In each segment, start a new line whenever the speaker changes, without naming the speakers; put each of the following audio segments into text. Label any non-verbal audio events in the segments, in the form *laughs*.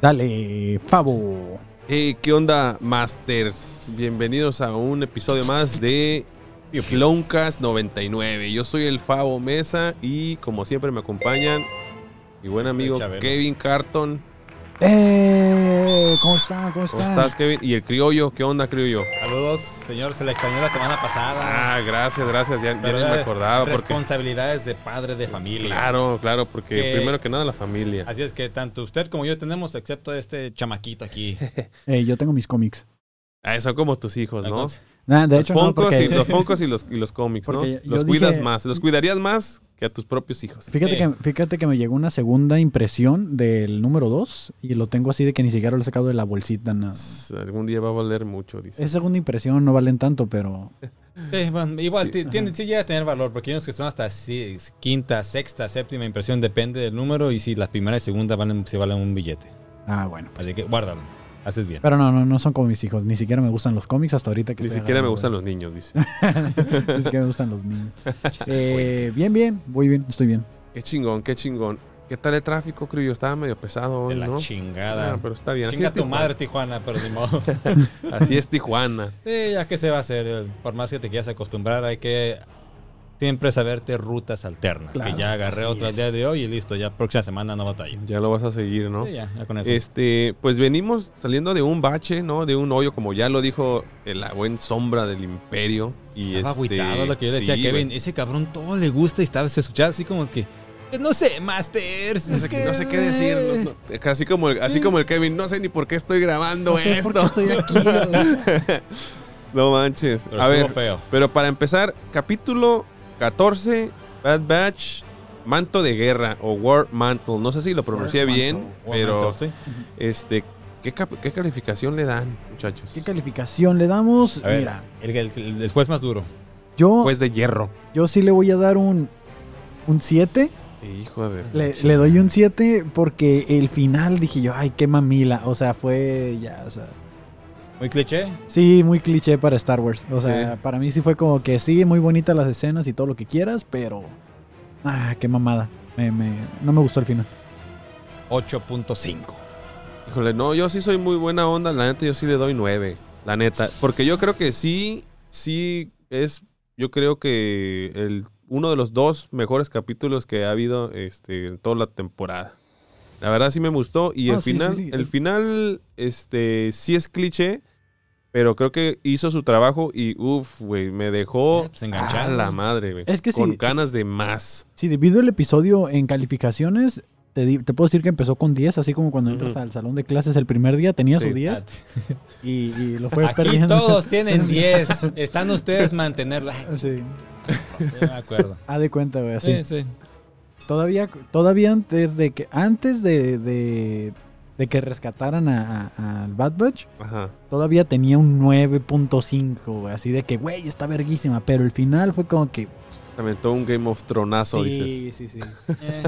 Dale, Fabo.
Hey, Eh, ¿Qué onda, Masters? Bienvenidos a un episodio más de Cloncast 99. Yo soy el Fabo Mesa y como siempre me acompañan mi buen amigo
Chabelo.
Kevin Carton.
Eh, ¿Cómo están? ¿Cómo
¿Cómo
están?
estás, Kevin? Y el criollo, ¿qué onda, criollo?
Saludos, señor. Se le extrañó la semana pasada.
Ah, gracias, gracias. Ya, ya
Pero
ni
era
me acordaba porque...
Responsabilidades de padre de familia.
Ah, Claro, claro, porque
Que-
primero que nada la familia.
Así es que tanto usted como yo tenemos, excepto este chamaquito aquí.
Eh, yo tengo mis cómics.
Ah, son como tus hijos, ¿no?
Entonces,
Nah, de
*laughs* los,
hecho, no,
Funkos
porque
y, los Funkos y los, y los cómics, ¿no?
Porque yo
Los
dije-
cuidas más, los cuidarías más que a tus propios hijos.
*laughs* fíjate,
Sí.
que, fíjate que me llegó una segunda impresión del número 2 y lo tengo así de que ni siquiera lo he sacado de la bolsita. nada.
Algún día va a valer mucho, dice.
Es segunda impresión, no valen tanto, pero
Sí, bueno, igual
Sí.
ti- tiene- sí llega a tener valor, porque hay unos que son hasta si- quinta, sexta, séptima impresión, depende del número, y si las primeras y segunda valen, se valen un billete.
ah, bueno.
Así que guárdalo,
*laughs*
haces bien.
Pero no, no, no son como mis hijos. Ni siquiera me gustan los cómics hasta ahorita que
Ni
estoy
siquiera me
agarrando,
gustan los niños,
*laughs*
dice.
*laughs* Ni siquiera me gustan los
*laughs*
niños. Eh, bien, bien, muy bien, estoy bien.
Qué chingón, qué chingón. ¿Qué tal el tráfico, Criollo? Estaba medio pesado
De
hoy,
la
¿no?
chingada.
Ah, pero está bien. Así
Chinga
es,
tu
Tijuana.
madre, Tijuana, pero de modo.
*laughs* Así es Tijuana.
Sí, ya que se va a hacer, eh, por más que te quieras acostumbrar, hay que siempre saberte rutas alternas.
Claro,
que ya agarré
así
otra el
es.
día de hoy y listo, ya próxima semana no batalla.
Ya lo vas a seguir, ¿no?
Sí, ya, ya con eso.
Este, pues venimos saliendo de un bache, ¿no? De un hoyo, como ya lo dijo el- la buen sombra del imperio. Y
estaba
este,
agüitado lo que yo decía,
sí,
Kevin.
güey.
Ese cabrón todo le gusta y estaba se escuchaba así como que. "Pues No sé, Masters.
No
es
sé,
que-
no sé qué decir. no- no- así, como el, así
Sí.
como el Kevin, no sé ni por qué estoy grabando
No sé por qué
esto.
estoy aquí.
*laughs* No manches.
Pero
a
estuvo
ver,
feo.
Pero para empezar, capítulo 14, Bad Batch, Manto de Guerra o War Mantle. No sé si lo pronuncié
War
bien,
Mantle,
pero
Sí.
este, ¿qué, cap- qué calificación le dan, muchachos?
¿Qué calificación le damos?
A ver,
Mira,
el, el- el juez más duro.
yo,
Juez Pues de hierro.
yo sí le voy a dar un un 7.
Hijo de...
Le, le doy un 7 porque el final dije yo, ay, qué mamila. O sea, fue ya, o sea.
Muy cliché.
Sí, muy cliché para Star Wars. O sea, para mí sí fue como que sí, muy bonitas las escenas y todo lo que quieras, pero. Ah, qué mamada. Me- me- no me gustó el final.
8.5.
Híjole, no, yo sí soy muy buena onda. La neta, yo sí le doy 9. La neta. Porque yo creo que sí, sí es... Yo creo que el, uno de los dos mejores capítulos que ha habido este, en toda la temporada. La verdad sí me gustó. Y
Ah,
el
sí,
final,
sí, sí.
el final, este, sí es cliché. Pero creo que hizo su trabajo y uff, güey, me dejó
Eh, pues, enganchado.
a la madre, güey.
Ah, Es que sí,
con
es-
ganas de más.
Si divido el episodio en calificaciones, te, di- te puedo decir que empezó con 10, así como cuando entras
Ujú.
al salón de clases el primer día, tenía
Sí.
su 10 y, y lo fue
*laughs* Aquí
perdiendo.
*laughs*
todos tienen 10. Están ustedes mantenerla.
*laughs* Sí,
Sí, me acuerdo.
haz de cuenta, güey, así.
Sí, sí.
Todavía, todavía antes de que, antes de, de, de que rescataran a- a- al Bad Batch,
Ajá.
todavía tenía un 9.5, güey, así de que, güey, está verguísima, pero el final fue como que...
Aventó un Game of Tronazo, dices.
Sí, sí, sí.
Eh.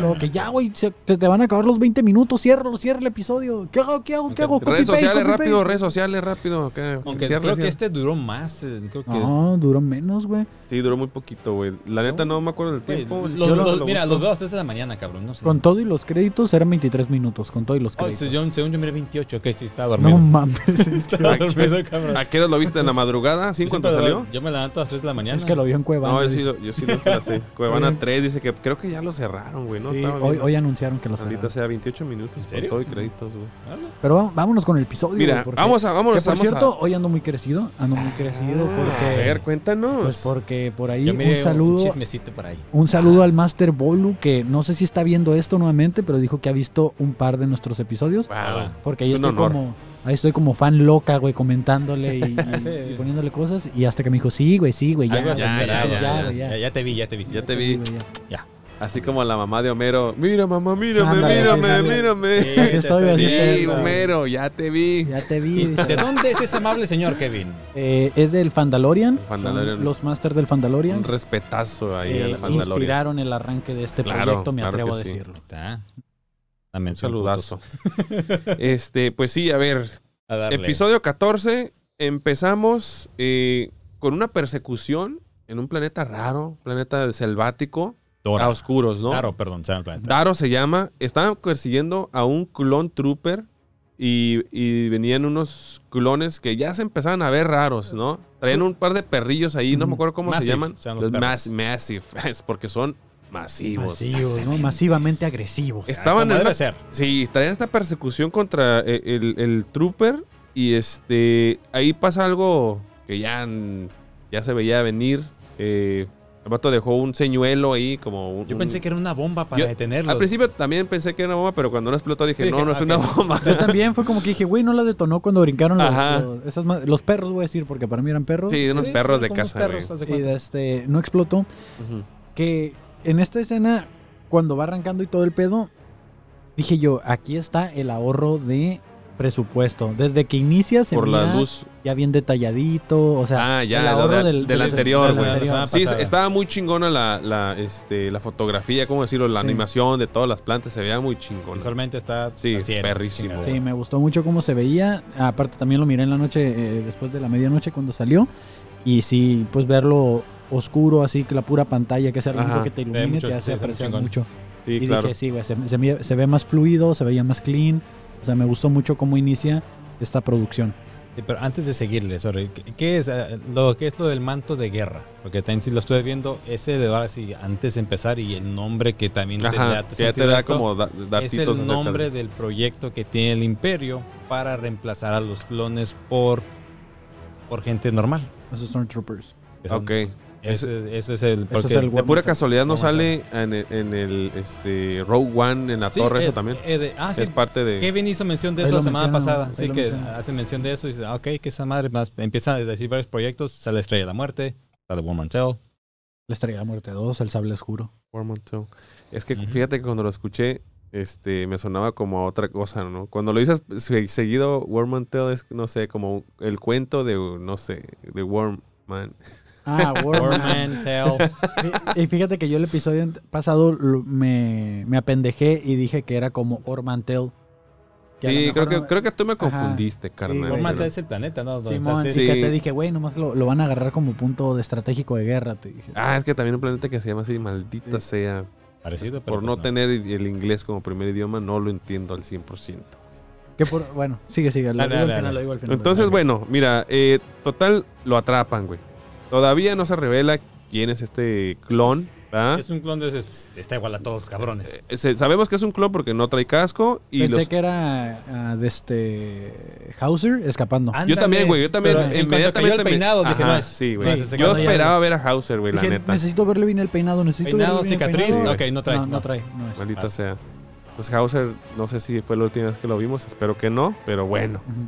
Como que ya, güey, se, se te van a acabar los 20 minutos, ciérralo, cierra el episodio. ¿Qué hago, qué hago, qué hago? Copy,
Redes
paste,
sociales,
copy, paste.
rápido, redes sociales, rápido. ok,
Aunque
cierra,
creo que
cierra.
este duró más. eh, Creo que.
No, duró menos, güey.
Sí, duró muy poquito, güey. La neta no me acuerdo del
Güey,
tiempo.
los-
Yo
los-
lo
mira,
busco.
los veo a las 3 de la mañana, cabrón. No sé.
Con todo y los créditos eran 23 minutos, con todo y los
Oh,
créditos.
sí, yo- según yo miré 28, ok, sí, estaba
no
dormido. *laughs*
mames,
estaba dormido, cabrón.
¿A qué hora lo viste? ¿En la madrugada? ¿Sí?
Yo
¿Cuánto
siempre
salió?
lo- Yo me levanto a las 3 de la mañana.
es que lo vio en Cuevana.
No, yo sí,
dice.
lo- yo sí lo vi a las seis. Cuevana 3 dice que creo que ya lo cerraron, güey. ¿no?
Sí,
Estaba
hoy,
bien.
hoy anunciaron que los
Ahorita sea 28 minutos con
serio?
todo y créditos, güey.
Pero vá- vámonos con el episodio.
Mira,
güey, porque-
vamos a,
que
vámonos,
por
vamos a-
cierto, hoy ando muy crecido, ando muy crecido
Ah,
porque...
A ver, cuéntanos.
pues porque por ahí
Yo
un
miré un
saludo...
chismecito por ahí.
Un saludo al Master Bolu, que no sé si está viendo esto nuevamente, pero dijo que ha visto un par de nuestros episodios.
Wow.
Ah,
Porque ahí
Es un
estoy
honor.
como, ahí estoy como fan loca, güey, comentándole y,
*laughs*
y-
Sí.
y poniéndole cosas. Y hasta que me dijo, sí, güey, sí, güey, ya,
Algo has
ya,
esperado,
ya, ya, güey,
ya,
ya.
ya te vi, ya te vi.
Ya
sí.
te vi.
Sí, güey, ya.
Así como a la mamá de Homero. Mira, mamá, mírame,
Ándale,
mírame,
sí, sí.
mírame.
Sí, te
Así estoy, así
estoy
estoy.
Sí,
viendo.
Homero, ya te vi.
Ya te
*laughs*
¿Y
vi. dice.
¿De dónde es ese amable señor, Kevin?
Eh, es del Fandalorian.
El Fandalorian.
Son los Masters del Fandalorian.
Un respetazo ahí
eh,
al Mandalorian.
inspiraron el arranque de este
Claro,
proyecto, me
claro
atrevo
que
a
sí.
decirlo.
Está. Dame
Un saludazo.
*laughs*
este, pues sí, a ver,
A darle.
Episodio 14. Empezamos eh, con una persecución en un planeta raro, planeta selvático.
Dora.
A oscuros, ¿no?
Daro, perdón, se llama el planeta.
Daro se llama. Estaban persiguiendo a un clon trooper y, y venían unos clones que ya se empezaban a ver raros, ¿no? Traían un par de perrillos ahí, no me acuerdo cómo
Mm, Massive,
se llaman.
se llaman
Los
los perros.
mas- massive, *laughs* es porque son masivos.
Masivos, ¿no? Masivamente agresivos.
Estaban
Como
en
debe
una-
ser.
Sí, traían esta persecución contra e- el, el trooper y este ahí pasa algo que ya, n- ya se veía venir. Eh, el vato dejó un señuelo ahí como un...
Yo pensé que era una bomba para
Mm. Yo-
detenerlos.
Al principio también pensé que era una bomba, pero cuando no explotó dije,
Sí,
no,
dije,
no es
ah,
una
ok.
bomba.
Yo también fue como que dije, güey, no la detonó cuando brincaron los,
Ajá.
los- esas ma- los perros, voy a decir, porque para mí eran perros.
*laughs* Sí, de unos
Sí,
perros Este de
como unos
casa, güey.
perros, haz de
Y
cuenta.
este, no explotó.
Ujú.
Que en esta escena, cuando va arrancando y todo el pedo, dije yo, aquí está el ahorro de presupuesto. Desde que inicia se
Por la
mira
luz.
ya bien detalladito, o sea,
Ah, ya,
el
lo
ahorro
de-
del,
del
del-
anterior,
del
güey. Ah,
anterior.
La
Sí,
pasada.
estaba muy chingona la, la, este, la fotografía, ¿cómo decirlo? La
Sí.
animación de todas las plantas se veía muy chingona.
Visualmente está.
Sí,
al cien,
perrísimo.
chingada.
Sí, me gustó mucho cómo se veía. Aparte también lo miré en la noche, eh, después de la medianoche cuando salió. Y sí, pues verlo oscuro, así que la pura pantalla, que es el único
Ajá,
que te
se ve
ilumine,
mucho,
te
se
hace
ve
apreciar
chingón.
mucho.
Sí,
y
claro.
dije, sí, güey, se, se ve- se ve más fluido, se veía más clean. O sea, me gustó mucho cómo inicia esta producción.
Sí, pero antes de seguirle, sorry, ¿qué, qué es, eh, lo, ¿qué es lo del manto de guerra? Porque también si lo estuve viendo, ese de ahora sí, antes de empezar y el nombre que también te
Ajá,
da
que ya te
sentido
da
esto,
como da-
es
datitos acerca
el
de-
nombre del proyecto que tiene el imperio para reemplazar a los clones por, por gente normal.
Los Stormtroopers.
Que son-
Ok.
Ese, ese es el...
es
porque-
el
De pura
Warhammer.
casualidad no
Warhammer.
sale en el, en el, este, Rogue One, en la
Sí,
torre,
eh,
eso también.
eh, de- ah, sí,
es parte de...
Kevin hizo mención de
Ahí
eso
lo
la semana
mencionan,
pasada.
ahí
Así
lo
que
mencionan.
hace mención de eso y dice, ah, ok, que esa madre más. Empieza a decir varios proyectos. Sale Estrella de la Muerte, sale War Mantel.
La Estrella de la Muerte 2, El Sable Oscuro.
Warmont Town. Es que
Ujú.
fíjate que cuando lo escuché, este, me sonaba como a otra cosa, ¿no? Cuando lo dices se- seguido, Warmont Town es, no sé, como el cuento de, no sé, de Warman.
Ah, *laughs*
War
Warman.
*laughs*
Mantel.
Fí- Y fíjate que yo el episodio ant- pasado lo- me, me apendejé y dije que era como Ormantel. a lo
Sí,
mejor
creo que,
no-
creo que tú me
Ajá.
confundiste, carnal.
War
Warm
pero-
Mantel es el planeta, ¿no? Donde
Simón,
está
sí,
Siri.
sí.
que te dije, güey, nomás lo, lo van a agarrar como punto de estratégico de guerra, te dije.
Ah, es que también un planeta que se llama así, maldita sea.
Parecido, pero
Por no,
pues
tener el inglés como primer idioma, no lo entiendo al 100%.
Que por- bueno, sigue, sigue, lo,
Dale,
digo al
Ah, dale,
final,
dale.
lo digo al final.
Entonces,
Dale.
bueno, mira, eh, total, lo atrapan, güey. Todavía no se revela quién es este clon, ¿verdad?
Es un clon de esos, pues, Está igual a todos, cabrones.
Eh, se- Sabemos que es un clon porque no trae casco y
Pensé
los-
que era ah, de este Hauser escapando.
Ah,
Yo también, güey, yo también
Pero en cuanto
inmediatamente
cayó el
me-
peinado, dije,
Ajá,
no es-
sí,
no
güey.
es ese
yo
cabrón.
esperaba ver a Hauser, güey, la
Dije,
neta.
necesito verle bien el peinado, necesito
Peinado,
verle bien el
cicatriz,
peinado.
ok, no trae,
No, no
no.
trae, no es.
Maldita
Vas.
sea. Entonces Hauser, no sé si fue la última vez que lo vimos, espero que no, pero bueno.
Ujú.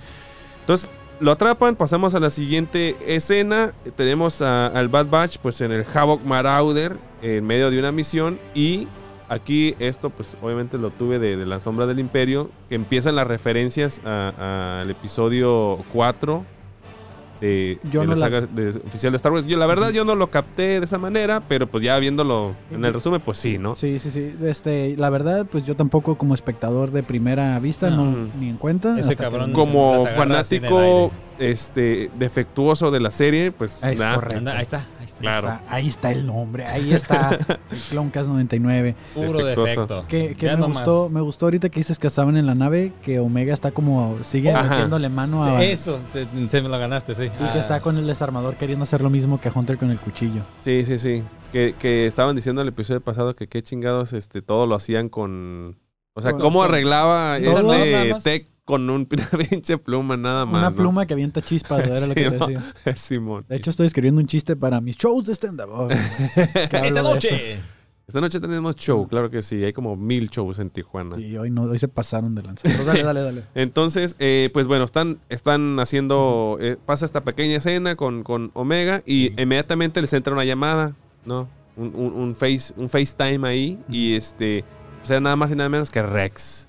Entonces lo atrapan, pasamos a la siguiente escena. Tenemos a- al Bad Batch pues en el Havoc Marauder en medio de una misión y aquí esto pues obviamente lo tuve de, de la sombra del imperio, que empiezan las referencias a- al episodio 4 de,
Yo
de
no
la
la-
saga de- oficial de Star Wars. Yo la verdad yo no lo capté de esa manera, pero pues ya viéndolo en el resumen pues sí, ¿no?
Sí, sí, sí. Este, la verdad, pues yo tampoco como espectador de primera vista, no,
Ujú.
ni en cuenta.
Ese
hasta que-
cabrón-
Como
Las agarra así en el
fanático este defectuoso de la serie, pues
Es
nah,
correcto.
Anda, ahí está, ahí está.
Claro.
Está- Ah, ahí está el nombre, ahí
*laughs*
está el Cloncast 99.
Puro
Defectuoso.
defecto.
Que, que
Ya
me
nomás.
gustó, me gustó ahorita que dices que estaban en la nave, que Omega está como, sigue
Ajá.
metiéndole mano
Sí,
a...
Eso, se, se me lo ganaste, sí. Ah.
Y que está con el desarmador queriendo hacer lo mismo que Hunter con el cuchillo.
Sí, sí, sí. Que, que estaban diciendo en el episodio pasado que qué chingados este, todo lo hacían con. O sea,
Con-
cómo
con-
arreglaba
Todo,
este
nada más.
tech con un *laughs* pinche pluma, nada más.
Una
¿no?
pluma que avienta chispas, era lo
*laughs* Sí,
que te
¿no?
decía.
*laughs* Simón.
De hecho, estoy escribiendo un chiste para mis shows de
*laughs*
stand-up. oh, que hablo de
Esta noche.
Esta noche tenemos show, claro que sí. Hay como mil shows en Tijuana.
eso. Sí, hoy, no, hoy se pasaron de lanza. Pero
*laughs*
dale, dale, dale.
Entonces, eh, pues bueno, están, están haciendo. eh, pasa esta pequeña escena con, con Omega y inmediatamente les entra una llamada, ¿no? Un, un, un face, un FaceTime ahí. Y este. O sea, nada más y nada menos que Rex.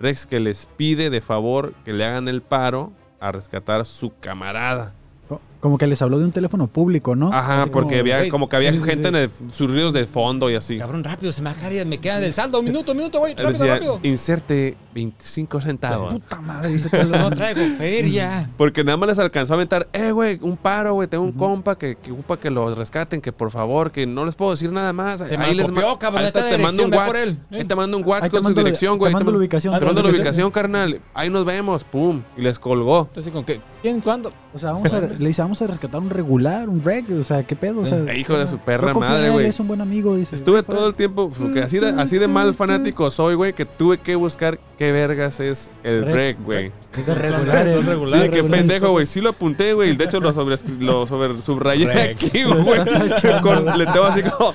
Rex que les pide de favor que le hagan el paro a rescatar a su camarada.
Co- Como que les habló de un teléfono público, ¿no?
Ajá,
Así
porque
como-
había
"Hey".
como que había
Sí, sí,
gente
sí.
en el, sus ruidos de fondo y así.
Cabrón, rápido, se me acaba, me queda del saldo. Minuto, minuto, güey.
Él
Rápido,
decía,
rápido.
inserte 25 centavos.
Puta madre, dice todo
No
eso.
traigo
*laughs*
feria.
Porque nada más les alcanzó a aventar, eh, güey, un paro, güey, tengo un compa que, que ocupa que los rescaten, que por favor, que no les puedo decir nada más.
Se me
ahí les
copió, cabrón,
ahí
ahí está
está,
la
te mando un
dirección,
WhatsApp.
ve por él.
Ahí te mando un WhatsApp
Ahí te
con su
mando la-
dirección,
te
güey. ahí
mando la ubicación,
Te
te
mando la
mando la
ubicación, carnal. Ahí nos vemos, pum. Y les colgó.
Entonces, ¿con qué? ¿Quién? ¿Cuándo?
O sea, vamos a, le dice, vamos a rescatar un regular, un reg, o sea, ¿qué pedo? O sea,
Eh, hijo de su perra
loco,
madre,
fuera,
güey.
Es un buen amigo, dice.
Estuve todo el tiempo, porque así de, así de mal fanático soy, güey, que tuve que buscar qué vergas es el
Rec,
rec, güey.
Los regulares,
Los
¿no?
Sí,
regulares,
qué
regulares.
pendejo, güey. Sí lo apunté, güey. De hecho, lo, sobre, lo sobre- subrayé
Rec.
aquí,
*laughs*
güey. Con- le tengo así como,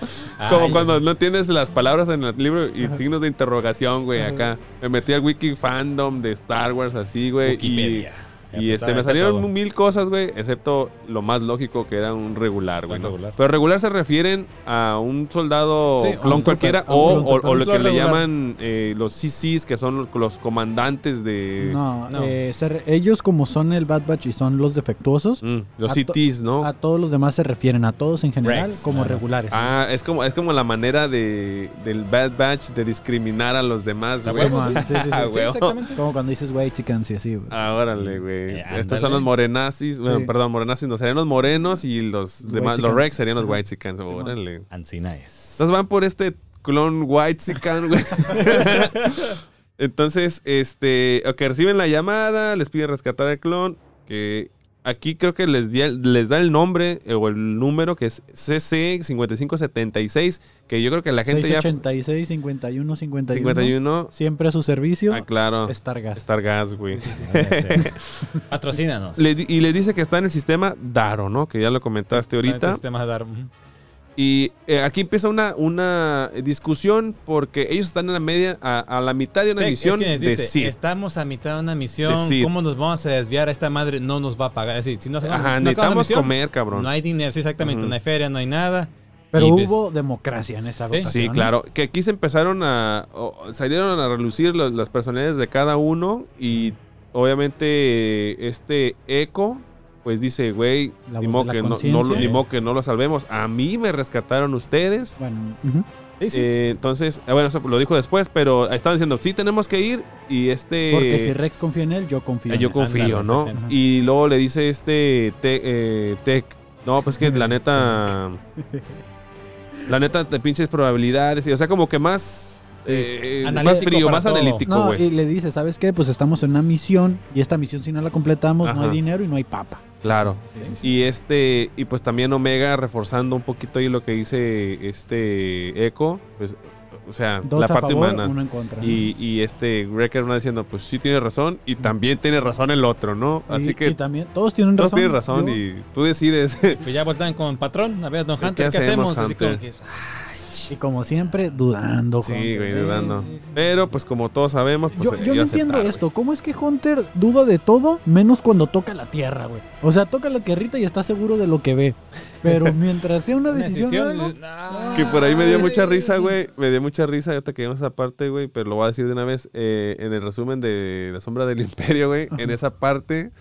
como
Ay,
cuando no tienes las palabras en el libro y signos de interrogación, güey, acá. Me metí al wiki fandom de Star Wars, así, güey. Y,
Wikipedia.
y
Ya,
este, me
está
salieron
todo.
mil cosas, güey, excepto lo más lógico que era un regular, güey.
Un
¿no?
regular.
Pero regular se refieren a un soldado
Sí, a un
clon
trooper,
cualquiera
a un
o,
clon
o-
total.
o lo
Un
que
clon
le
regular.
llaman eh, los CCs, que son los, los comandantes de.
No,
No.
eh, se re- ellos como son el Bad Batch y son los defectuosos,
Mm, los
A to-
CTs, ¿no?
a todos los demás se refieren, a todos en general,
Regs,
como
nada más.
regulares.
Ah, es como, es como la manera de, del Bad Batch de discriminar a los demás,
La
güey.
huevo,
Simón, sí, sí, sí.
*laughs* Ah,
Sí,
güey.
exactamente.
Como cuando dices, güey, chicans y así, güey.
Ah, órale, güey.
Eh,
Estos son
ándale.
los morenazis. Bueno,
Sí.
perdón, morenazis no serían los morenos y los demás, los
Whitexicans.
rex serían los
Ajá.
white Órale. *laughs*
Ancina es.
Entonces van por este clon white güey. Entonces, este, ok, reciben la llamada, les pide rescatar al clon, que aquí creo que les, di- les da el nombre eh, o el número que es CC5576, que yo creo que la gente ya
686, 51, 51,
51.
Siempre a su servicio,
Ah, claro.
Stargast.
Stargas, güey.
Patrocínanos.
Le di- y les dice que está en el sistema Daro, ¿no? Que ya lo comentaste ahorita.
Este más dar- ujú.
Y eh, aquí empieza una, una discusión porque ellos están en la media, a, a la mitad de una
Tech,
misión
es que les
de
dice, "Este,
Sith.
Estamos a mitad de una misión.
De Sith.
¿Cómo nos vamos a desviar? Esta madre no nos va a pagar. Es decir, si no se
Ajá,
no acaba la
necesitamos
misión,
comer, cabrón.
No hay dinero, sí, exactamente.
Ujú.
No hay feria, no hay nada.
Pero
Y ves-
hubo democracia en esta
Sí,
votación.
Sí,
¿no?
claro. Que aquí se empezaron a. o- salieron a relucir los- las personalidades de cada uno. Y obviamente, eh, este eco, pues dice, güey,
La
ni
voz
modo
de la
que no, no,
conciencia.
lo-
eh.
ni modo que no lo salvemos. A mí me rescataron ustedes.
Bueno, ujú.
Sí, sí.
Eh, entonces, ah, bueno, eso lo dijo después, pero estaban diciendo, sí, tenemos que ir. Y este.
porque si Rex confía en él, yo confío.
eh,
en
yo
él.
confío,
Ándale,
¿no?
exactamente.
Y luego le dice este Tec. eh, Tec, no, pues que la neta. la neta, te pinches probabilidades. Y, o sea, como que más. eh, más
Analítico
frío,
para
más
todo.
analítico,
No,
güey.
y le dice, ¿sabes qué? Pues estamos en una misión y esta misión si no la completamos no
Ajá.
hay dinero y no hay papa.
Claro.
Sí, sí, sí.
Y este, y pues también Omega reforzando un poquito ahí lo que dice este Echo, pues, o sea,
Dos
la
a
parte
favor,
humana.
uno en contra. ¿no?
Y, y este Wrecker va diciendo, pues sí tiene razón y también tiene razón el otro, ¿no?
Y-
Así que
y también todos tienen
todos
razón.
tienen razón
Yo-
y tú decides.
Pues ya voltean con patrón. A ver, don
¿Qué
Hunter, ¿qué
hacemos,
hacemos? Así
Hunter?
como que, ah,
y como siempre dudando.
sí,
Hunter.
güey,
Eh,
dudando.
sí, sí.
Pero pues como todos sabemos, pues
Yo,
eh,
yo
yo
no entiendo
aceptar,
esto. ¿Cómo es que Hunter duda de todo menos cuando toca la tierra, güey? O sea, toca la tierrita y está seguro de lo que ve.
*laughs*
Pero mientras sea una
una
decisión, eh.
decisión,
algo,
dices, "Ah".
güey. Que por ahí me dio mucha
Ay,
risa,
sí.
güey. Me dio mucha risa ahorita que vimos esa parte, güey. Pero lo voy a decir de una vez. eh, en el resumen de La Sombra del Imperio, güey. En esa parte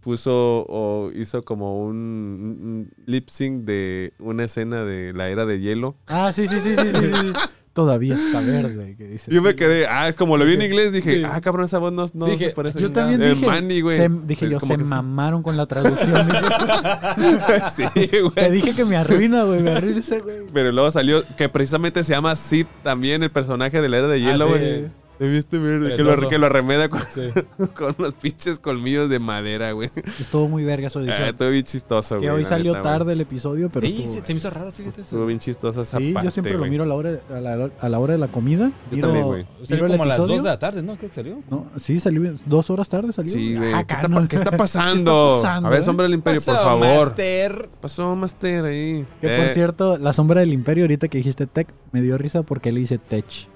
puso o hizo como un, un- un lip sync de una escena de la era de hielo.
Ah, sí, sí, sí, sí, sí, sí. *laughs* Todavía está verde, que dice.
Yo me quedé, ah, como lo vi en inglés, dije,
Sí.
ah, cabrón, esa voz no, no
Sí, dije,
se parece.
Yo también
Eh,
dije,
Manny, güey.
se- dije
Es
yo,
como
se
que
mamaron con la traducción. dije.
*laughs* sí,
te
güey.
dije que me arruina, güey, me
*laughs*
arruina ese güey.
Pero luego salió que precisamente se llama Sid también, el personaje de la era de
Ah,
hielo,
sí.
güey. Te viste verde, que lo,
Perezoso.
que lo arremeda con, *laughs*
Sí.
con los pinches colmillos de madera, güey.
Estuvo muy verga su
Ah,
edición.
estuvo bien chistoso, güey.
que hoy
la
salió
neta, güey.
tarde el episodio, pero
Sí,
estuvo
se,
verga.
se me hizo raro, fíjate eso.
pues Estuvo bien chistosa esa
Sí,
parte,
yo siempre
güey.
lo miro a la hora, a la, a la hora de la comida.
Yo
Miro-
también, güey.
Salió
miro el
como a las 2
episodio.
de la tarde, ¿no? Creo que salió.
No, sí, salió dos horas tarde, salió.
Sí, güey.
Ah,
¿Qué, está,
cano.
pa- qué
*laughs*
está pasando?
pasando,
a ver,
eh?
Sombra del Imperio, por
Pasó,
favor.
Pues, oh, Master.
Pasó, Master, ahí. Eh,
Que por cierto, la sombra del imperio, ahorita que dijiste tech, me dio risa porque le hice tech.
cierto.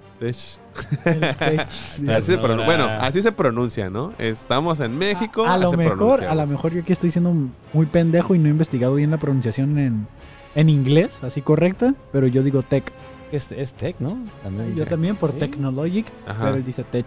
El
*laughs*
tech.
Así se
Perdona.
pronun- bueno, así se pronuncia, ¿no? Estamos en México.
a lo
así se
mejor,
pronuncia,
a lo
güey.
mejor yo aquí estoy siendo muy pendejo y no he investigado bien la pronunciación en, en inglés, así correcta, pero yo digo tech.
Es, es tech, ¿no?
Yo también por
Sí.
Technologic,
Ajá.
pero él dice tech.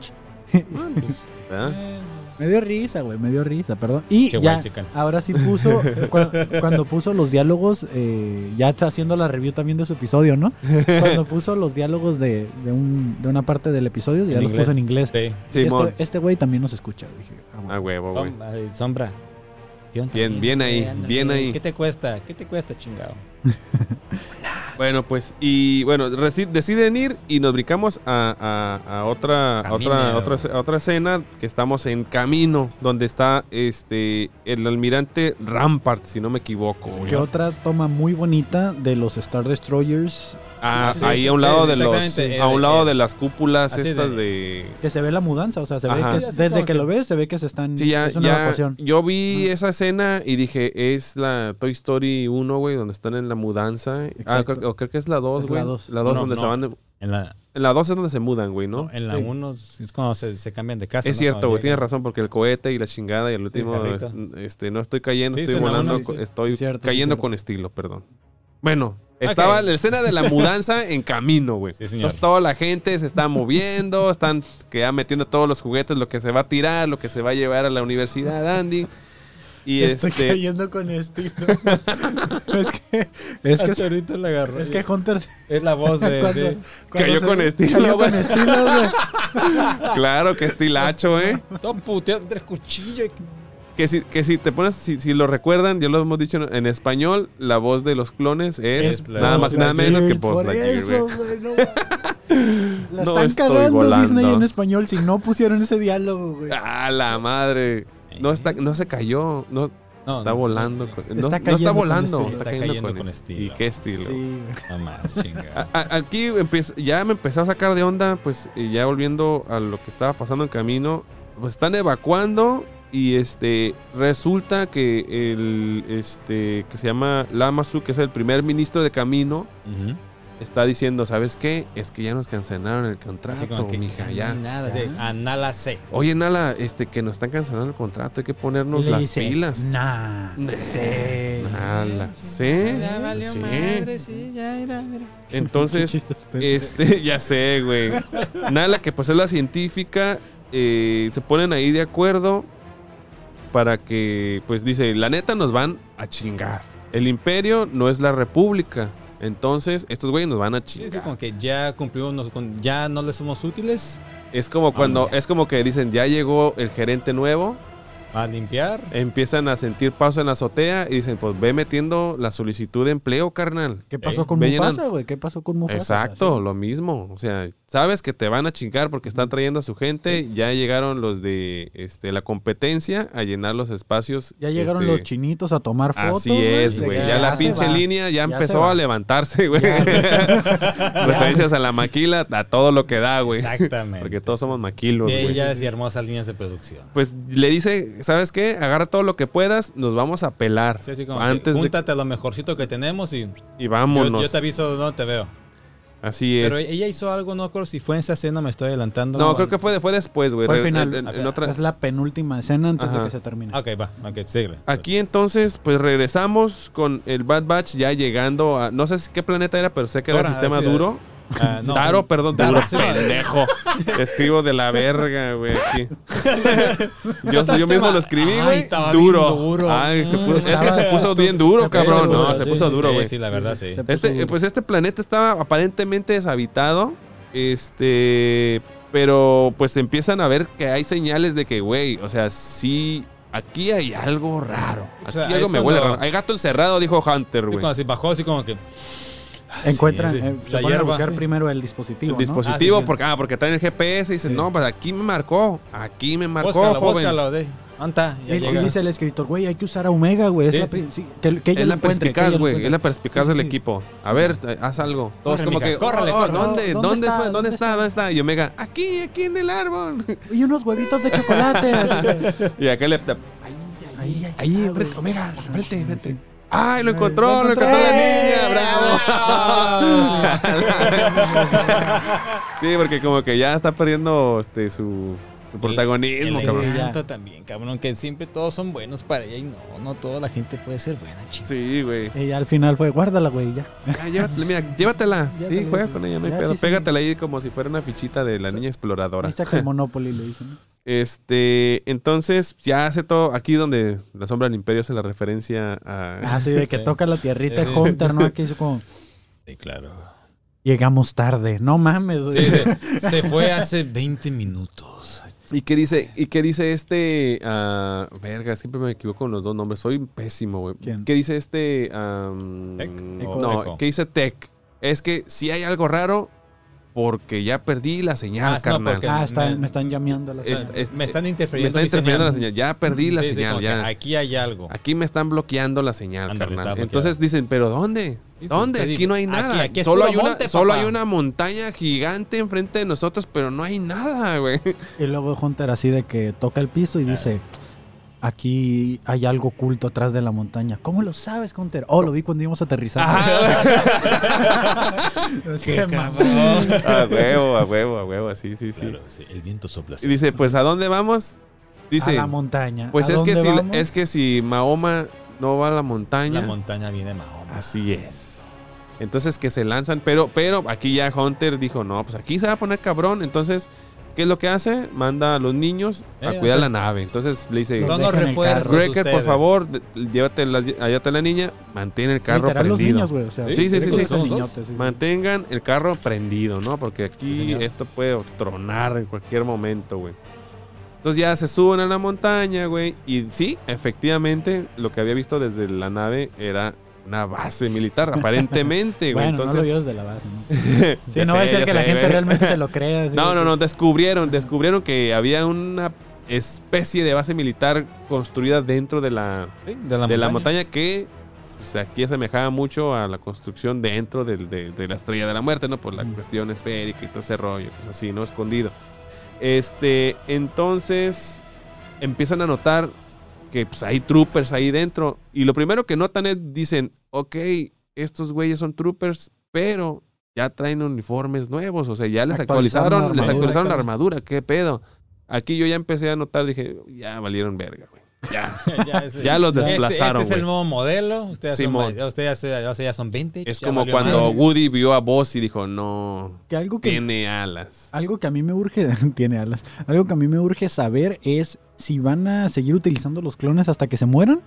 ¿Verdad?
Eh,
Me dio risa, güey, me dio risa, perdón. Y
Qué
ya,
white chicken.
ahora sí
*laughs*
puso, cua- cuando puso los diálogos, eh, ya está haciendo la review también de su episodio, ¿no?
*laughs*
Cuando puso los diálogos de, de, un, de una parte del episodio, ya
En
los puso en inglés.
Sí.
Este-
Simón.
este güey también nos escucha, dije. ah, güey.
A huevo, güey.
Som- ay, sombra. ¿Qué onda?
Bien, bien ahí,
ándale.
bien ahí.
¿Qué te cuesta? ¿Qué te cuesta, chingado?
Bueno, pues, y bueno, reci- deciden ir y nos brincamos a, a- a otra, a otra,
Camino.
a otra, a otra escena que estamos en camino, donde está este el almirante Rampart, si no me equivoco. güey.
Que otra toma muy bonita de los Star Destroyers,
Ah,
Sí, sí,
ahí
sí,
a un
sí,
lado de los,
exactamente, eh,
a un
de
lado
que-
de las cúpulas
así de-
estas de
que se ve la mudanza, o sea, se ve
Ajá.
que
Sí, así
desde
como
que
que-
lo ves, se ve que se están,
Sí, ya,
es una
ya-
evacuación.
yo vi esa escena y dije, es la Toy Story 1, güey, donde están en la mudanza. Ah,
Exacto.
creo, o creo que es la 2,
Es
güey.
la dos.
La 2
No,
donde
no.
se van... de-
En la,
En la 2 es donde se mudan, güey, ¿no?
en la
Sí.
1 es cuando se, se cambian de casa.
es
¿no?
cierto,
Cuando
güey, tienes
llegan.
razón, porque el cohete y la chingada y el último,
el carrito.
es- este, no estoy cayendo,
Sí,
estoy
sí, la
volando,
uno,
co-
sí,
estoy
sí, cierto, sí,
cayendo
cierto.
con estilo, perdón. Bueno, estaba
Ok.
la escena de la mudanza en camino, güey.
Sí, señor.
Entonces toda la gente se está moviendo, están que ya metiendo todos los juguetes, lo que se va a tirar, lo que se va a llevar a la universidad, Andy. Y
Estoy
este,
cayendo con
*laughs*
estilo. *laughs* es que, es que,
Hasta ahorita la agarró.
es que Hunter se-
es la
*laughs*
voz de.
*laughs* cuando-
de-
cuando
Cayó
se-
con estilo,
Cayó
güey.
con estilo, güey.
Claro, que estilacho, ¿eh?
Todo puteado entre cuchillo. y-
Que si, que si te pones, si, si lo recuerdan, ya lo hemos dicho en, en español, la voz de los clones es,
Es
nada más y nada menos que Buzz
Por
Lightyear, güey.
eso, güey, *laughs* no mames. La
No
están
estoy
cagando
volando.
Disney en español si no pusieron ese diálogo, güey.
¡Ah, la madre! No, está, no se cayó, no,
No,
está
no,
volando. con- no,
Está
no
cayendo
está
con
volando,
estilo.
está,
Está
cayendo,
cayendo
con,
con
estilo. ¿Y
estilo.
qué estilo?
Sí, güey.
No más,
A-
chingado.
a- aquí empieza- ya me empezó a sacar de onda, pues y ya volviendo a lo que estaba pasando en camino, pues están evacuando y este resulta que el este que se llama Lamasu, que es el primer ministro de camino,
Ujú.
está diciendo, ¿sabes qué? Es que ya nos cancelaron el
Así
contrato,
como que
mija,
ni
ya.
Nada, sí, anala C.
Oye, Nala, este que nos están cancelando el contrato, hay que ponernos
Y le
las
dice,
pilas.
Nah. Sí.
Nala, ¿sí? Sí.
sí, ya era, mira.
*laughs*
*laughs*
Entonces,
Chistes, pero-
Este, *laughs* ya sé, güey. Nala, que pues es la científica, eh, se ponen ahí de acuerdo para que, pues dice, la neta nos van a chingar. El imperio no es la república. Entonces, estos güeyes nos van a
Sí, sí,
chingar.
como que ya cumplimos, nos- con- ya no les somos útiles.
Es como cuando, es como que dicen, ya llegó el gerente nuevo,
A limpiar.
empiezan a sentir paso en la azotea y dicen, pues ve metiendo la solicitud de empleo, carnal.
¿Qué pasó con
ve llenando.
Mufasa, güey? ¿Qué pasó con Mufasa?
eh, Exacto, lo mismo. O sea, sabes que te van a chingar porque están trayendo a su gente. Ya llegaron los de este, la competencia a llenar los espacios.
Ya llegaron
este,
los chinitos a tomar fotos.
Así es,
De
güey.
que
Ya la
se
pinche
va.
línea ya,
Ya se
empezó
va.
a levantarse, güey.
Ya.
*laughs*
*laughs*
Referencias a la maquila, a todo lo que da, güey.
Exactamente. *laughs*
Porque todos somos maquilos,
Y
güey.
ella decía hermosas líneas de producción.
Pues le dice, ¿sabes qué? Agarra todo lo que puedas, nos vamos a pelar.
Sí, así como
antes
que,
de,
júntate a lo mejorcito que tenemos y yo-
y
yo,
vámonos.
te aviso no te veo.
Así es.
Pero ella hizo algo, no recuerdo si fue en esa escena, me estoy adelantando.
no, creo que fue, fue después, güey.
Fue al
Re-
final.
en- en-
Ah,
en otra-
Es la penúltima escena antes de
Ajá.
que se termine.
Ok, va, ok, sigue.
Aquí entonces, pues regresamos con el Bad Batch ya llegando a. No sé si qué planeta era, pero sé que era
Dora,
el sistema
sí,
duro.
Ah, no.
*laughs* Taro, perdón,
Taro,
duro,
sí.
*laughs*
*laughs*
pendejo. Escribo de la verga, güey. aquí. Yo, yo mismo
tema.
lo escribí,
Ay,
güey.
estaba bien
Duro.
duro.
Ay, se puso- es que
Estaba-
se puso bien duro,
se puso
cabrón.
duro,
No, se
sí,
puso
sí,
duro,
Sí,
güey.
sí, la verdad, sí.
Se puso
Este,
duro.
pues este planeta estaba aparentemente deshabitado. Este. Pero pues empiezan a ver que hay señales de que, güey, o sea, sí. Aquí hay algo raro. Aquí
O sea, ahí
algo
es
me
cuando-
huele raro. Hay gato encerrado, dijo Hunter,
Sí,
güey.
cuando se bajó así como que... Ah, sí,
Encuentran,
sí.
eh, se
La
ponen a
hierba,
buscar
sí.
primero el dispositivo.
el
¿no?
dispositivo,
Ah, sí, sí.
porque, ah, porque traen el GPS y dicen,
Sí.
no, pues aquí me marcó. Aquí me marcó,
Búscalo,
joven.
búscalo. de- ¿Dónde
Y, y dice el escritor, güey, hay que usar a Omega, güey. Es
Sí,
la
sí.
pri- sí, que, que ella
Es
lo
la
encuentre, que ella
perspicaz,
lo
güey.
encuentre.
Es la perspicaz
Sí,
del
sí.
equipo. A ver, eh, haz algo. Todos
Corre,
como
mija,
que.
córrele,
oh,
corre.
¿Dónde?
¿Dónde
¿Dónde,
está?
fue? ¿Dónde
¿Dónde
está? ¿Dónde está? Y Omega, aquí, aquí en el árbol. *laughs*
Y unos huevitos de chocolate. así.
Y acá le.
ahí, ahí,
Ahí,
está, güey.
enfrente, Omega, enfrente, enfrente. ¡Ay, lo encontró!
Lo
¡Lo encontró la
encontré.
niña!
*laughs*
¡Bravo! sí, porque como que ya está perdiendo este, su, su protagonismo,
El
cabrón.
encanto también, cabrón, que siempre todos son buenos para ella y no, no toda la gente puede ser buena, chico.
Sí, güey.
Y ya al final fue, guárdala, güey, ya.
Ya, llévatela, mira,
*laughs*
llévatela.
Ya te
Sí,
la-
juega con ella, no hay
ya,
pedo.
sí, sí.
Pégatela ahí como si fuera una fichita de la niña exploradora. *laughs*
Ahí saca el Monopoly, le dicen.
Este, entonces ya hace todo aquí donde la sombra del imperio hace la referencia a
Ah, sí, de que
Sí.
toca la tierrita
Sí.
de Hunter, ¿no? Aquí es como,
Sí, claro.
llegamos tarde. No mames, güey.
se fue hace 20 minutos.
y qué dice y qué dice este ah, verga, siempre me equivoco con los dos nombres, soy pésimo, güey.
¿Quién?
¿Qué dice este am,
¿Tech?
No,
Echo. Echo.
¿qué dice Tech? Es que si hay algo raro porque ya perdí la señal,
Ah, no,
carnal.
porque-
Ah, está-
me-
me están llameando la
Esta- es- eh,
me están
me
interfiriendo.
está
mi
interfiriendo la señal. Ya perdí la
Sí, sí,
señal,
como que
ya.
Aquí hay algo.
Aquí me están bloqueando la señal,
Ándale,
carnal.
está bloqueada.
Entonces dicen, ¿pero dónde?
Y pues
¿Dónde?
te
Aquí
digo,
no hay
aquí-
nada.
aquí es
solo,
puro
hay una,
monte,
solo
papá.
hay una montaña gigante enfrente de nosotros, pero no hay nada, güey.
*laughs*
Y luego Hunter así de que toca el piso y dice, aquí hay algo oculto atrás de la montaña. ¿Cómo lo sabes, Hunter? Oh, lo vi cuando íbamos a aterrizar. *laughs* Es que, mamá.
a huevo, a huevo, a huevo, sí, sí, sí.
Claro, Oh, sí, el viento sopla.
Y dice, pues ¿a dónde vamos?
a
Dice,
la montaña.
pues
¿A
es que,
dónde
si,
vamos?
es que si Mahoma no va a la montaña,
La montaña viene
Ah,
Mahoma.
así es. Entonces que se lanzan, pero, pero aquí ya Hunter dijo, no, pues aquí se va a poner cabrón. Entonces, ¿qué es lo que hace? Manda a los niños a
Eh,
cuidar
o
la
sea,
nave. Entonces le dice,
Los
No nos
dejan en el
refuerzas.
carro.
Breaker, por
ustedes.
favor, de- llévate la, llévate a la niña, mantén el carro
Literal, los
prendido.
niños, güey. O sea,
Sí, sí, sí, sí,
los
somos dos.
niñotes, sí, sí.
Mantengan el carro prendido, ¿no? Porque aquí
Sí, señor.
esto puede tronar en cualquier momento, güey. Entonces ya se suben a la montaña, güey. Y sí, efectivamente, lo que había visto desde la nave era una base militar,
*laughs*
aparentemente, güey.
Bueno, no lo
Entonces,
vio desde la base,
*laughs*
¿no? Sí,
Ya
no va a
sé,
ser
ya
que la
sé,
gente
güey.
realmente se lo crea. así
No,
de
no,
que-
no, descubrieron, descubrieron que había una especie de base militar construida dentro de la,
Sí, de la
de la montaña que pues, aquí asemejaba mucho a la construcción dentro del- de, de la estrella de la muerte, ¿no? Por la
Mm.
cuestión esférica y todo ese rollo, pues así, ¿no? Escondido. Este, entonces empiezan a notar que pues, hay troopers ahí dentro. Y lo primero que notan es, dicen, ok, estos güeyes son troopers, pero ya traen uniformes nuevos. O sea, ya les
Actualizaron
actualizaron,
la
les
armadura,
actualizaron la
claro.
armadura, qué pedo. Aquí yo ya empecé a notar, dije, ya valieron verga, güey. Ya,
*laughs* ya, ese-
Ya los
este-
desplazaron,
Este,
güey.
es el nuevo modelo. Ustedes, ya son,
Simón.
may- ustedes ya, se- o sea, ya son 20.
Es
ya
como
valió
cuando
madre.
Woody vio a Buzz y dijo, no,
Que algo que
tiene alas.
Algo que a mí me urge, *laughs* tiene alas, algo que a mí me urge saber es si van a seguir utilizando los clones hasta que se mueran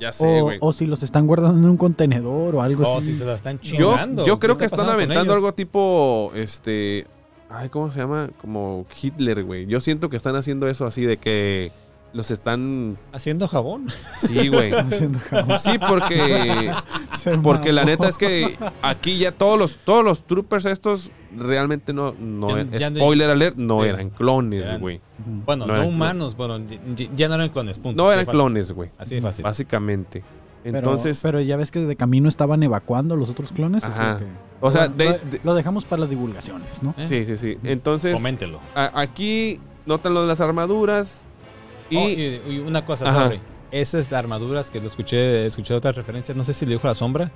Ya sé,
o,
güey.
o si los están guardando en un contenedor o algo
Oh,
así. *laughs*
si se la están
Yo,
chingando.
yo creo
¿Qué
que
está
están
pasando con
aventando
ellos?
algo tipo, este, ay, ¿cómo se llama? Como Hitler, güey. Yo siento que están haciendo eso así de que los están...
Haciendo jabón.
Sí,
*laughs*
güey.
Haciendo jamás.
Sí, porque,
Se
*laughs* porque la
mamó.
neta es que aquí ya todos los, todos los troopers estos realmente no, no,
Ya- ya-
spoiler alert, no
Sí.
eran clones,
Eran-
güey.
Ujú.
No
Bueno, no,
eran clones.
humanos. Bueno, ya, ya no eran clones, punto.
No
Así
eran
de fácil.
clones, güey.
Así de fácil.
Básicamente.
Pero-
Entonces...
pero, ya ves que de camino estaban evacuando los otros clones. o sea
Ajá.
que-
O sea,
Bueno,
de-
lo,
de-
lo dejamos para las divulgaciones, ¿no?
Sí, sí, sí. Entonces,
Coméntelo.
a- aquí notan lo de las armaduras. Y,
Oh, Y, y una cosa,
Ajá.
sorry. Esas armaduras que lo escuché, escuché otras referencias, no sé si lo dijo la sombra,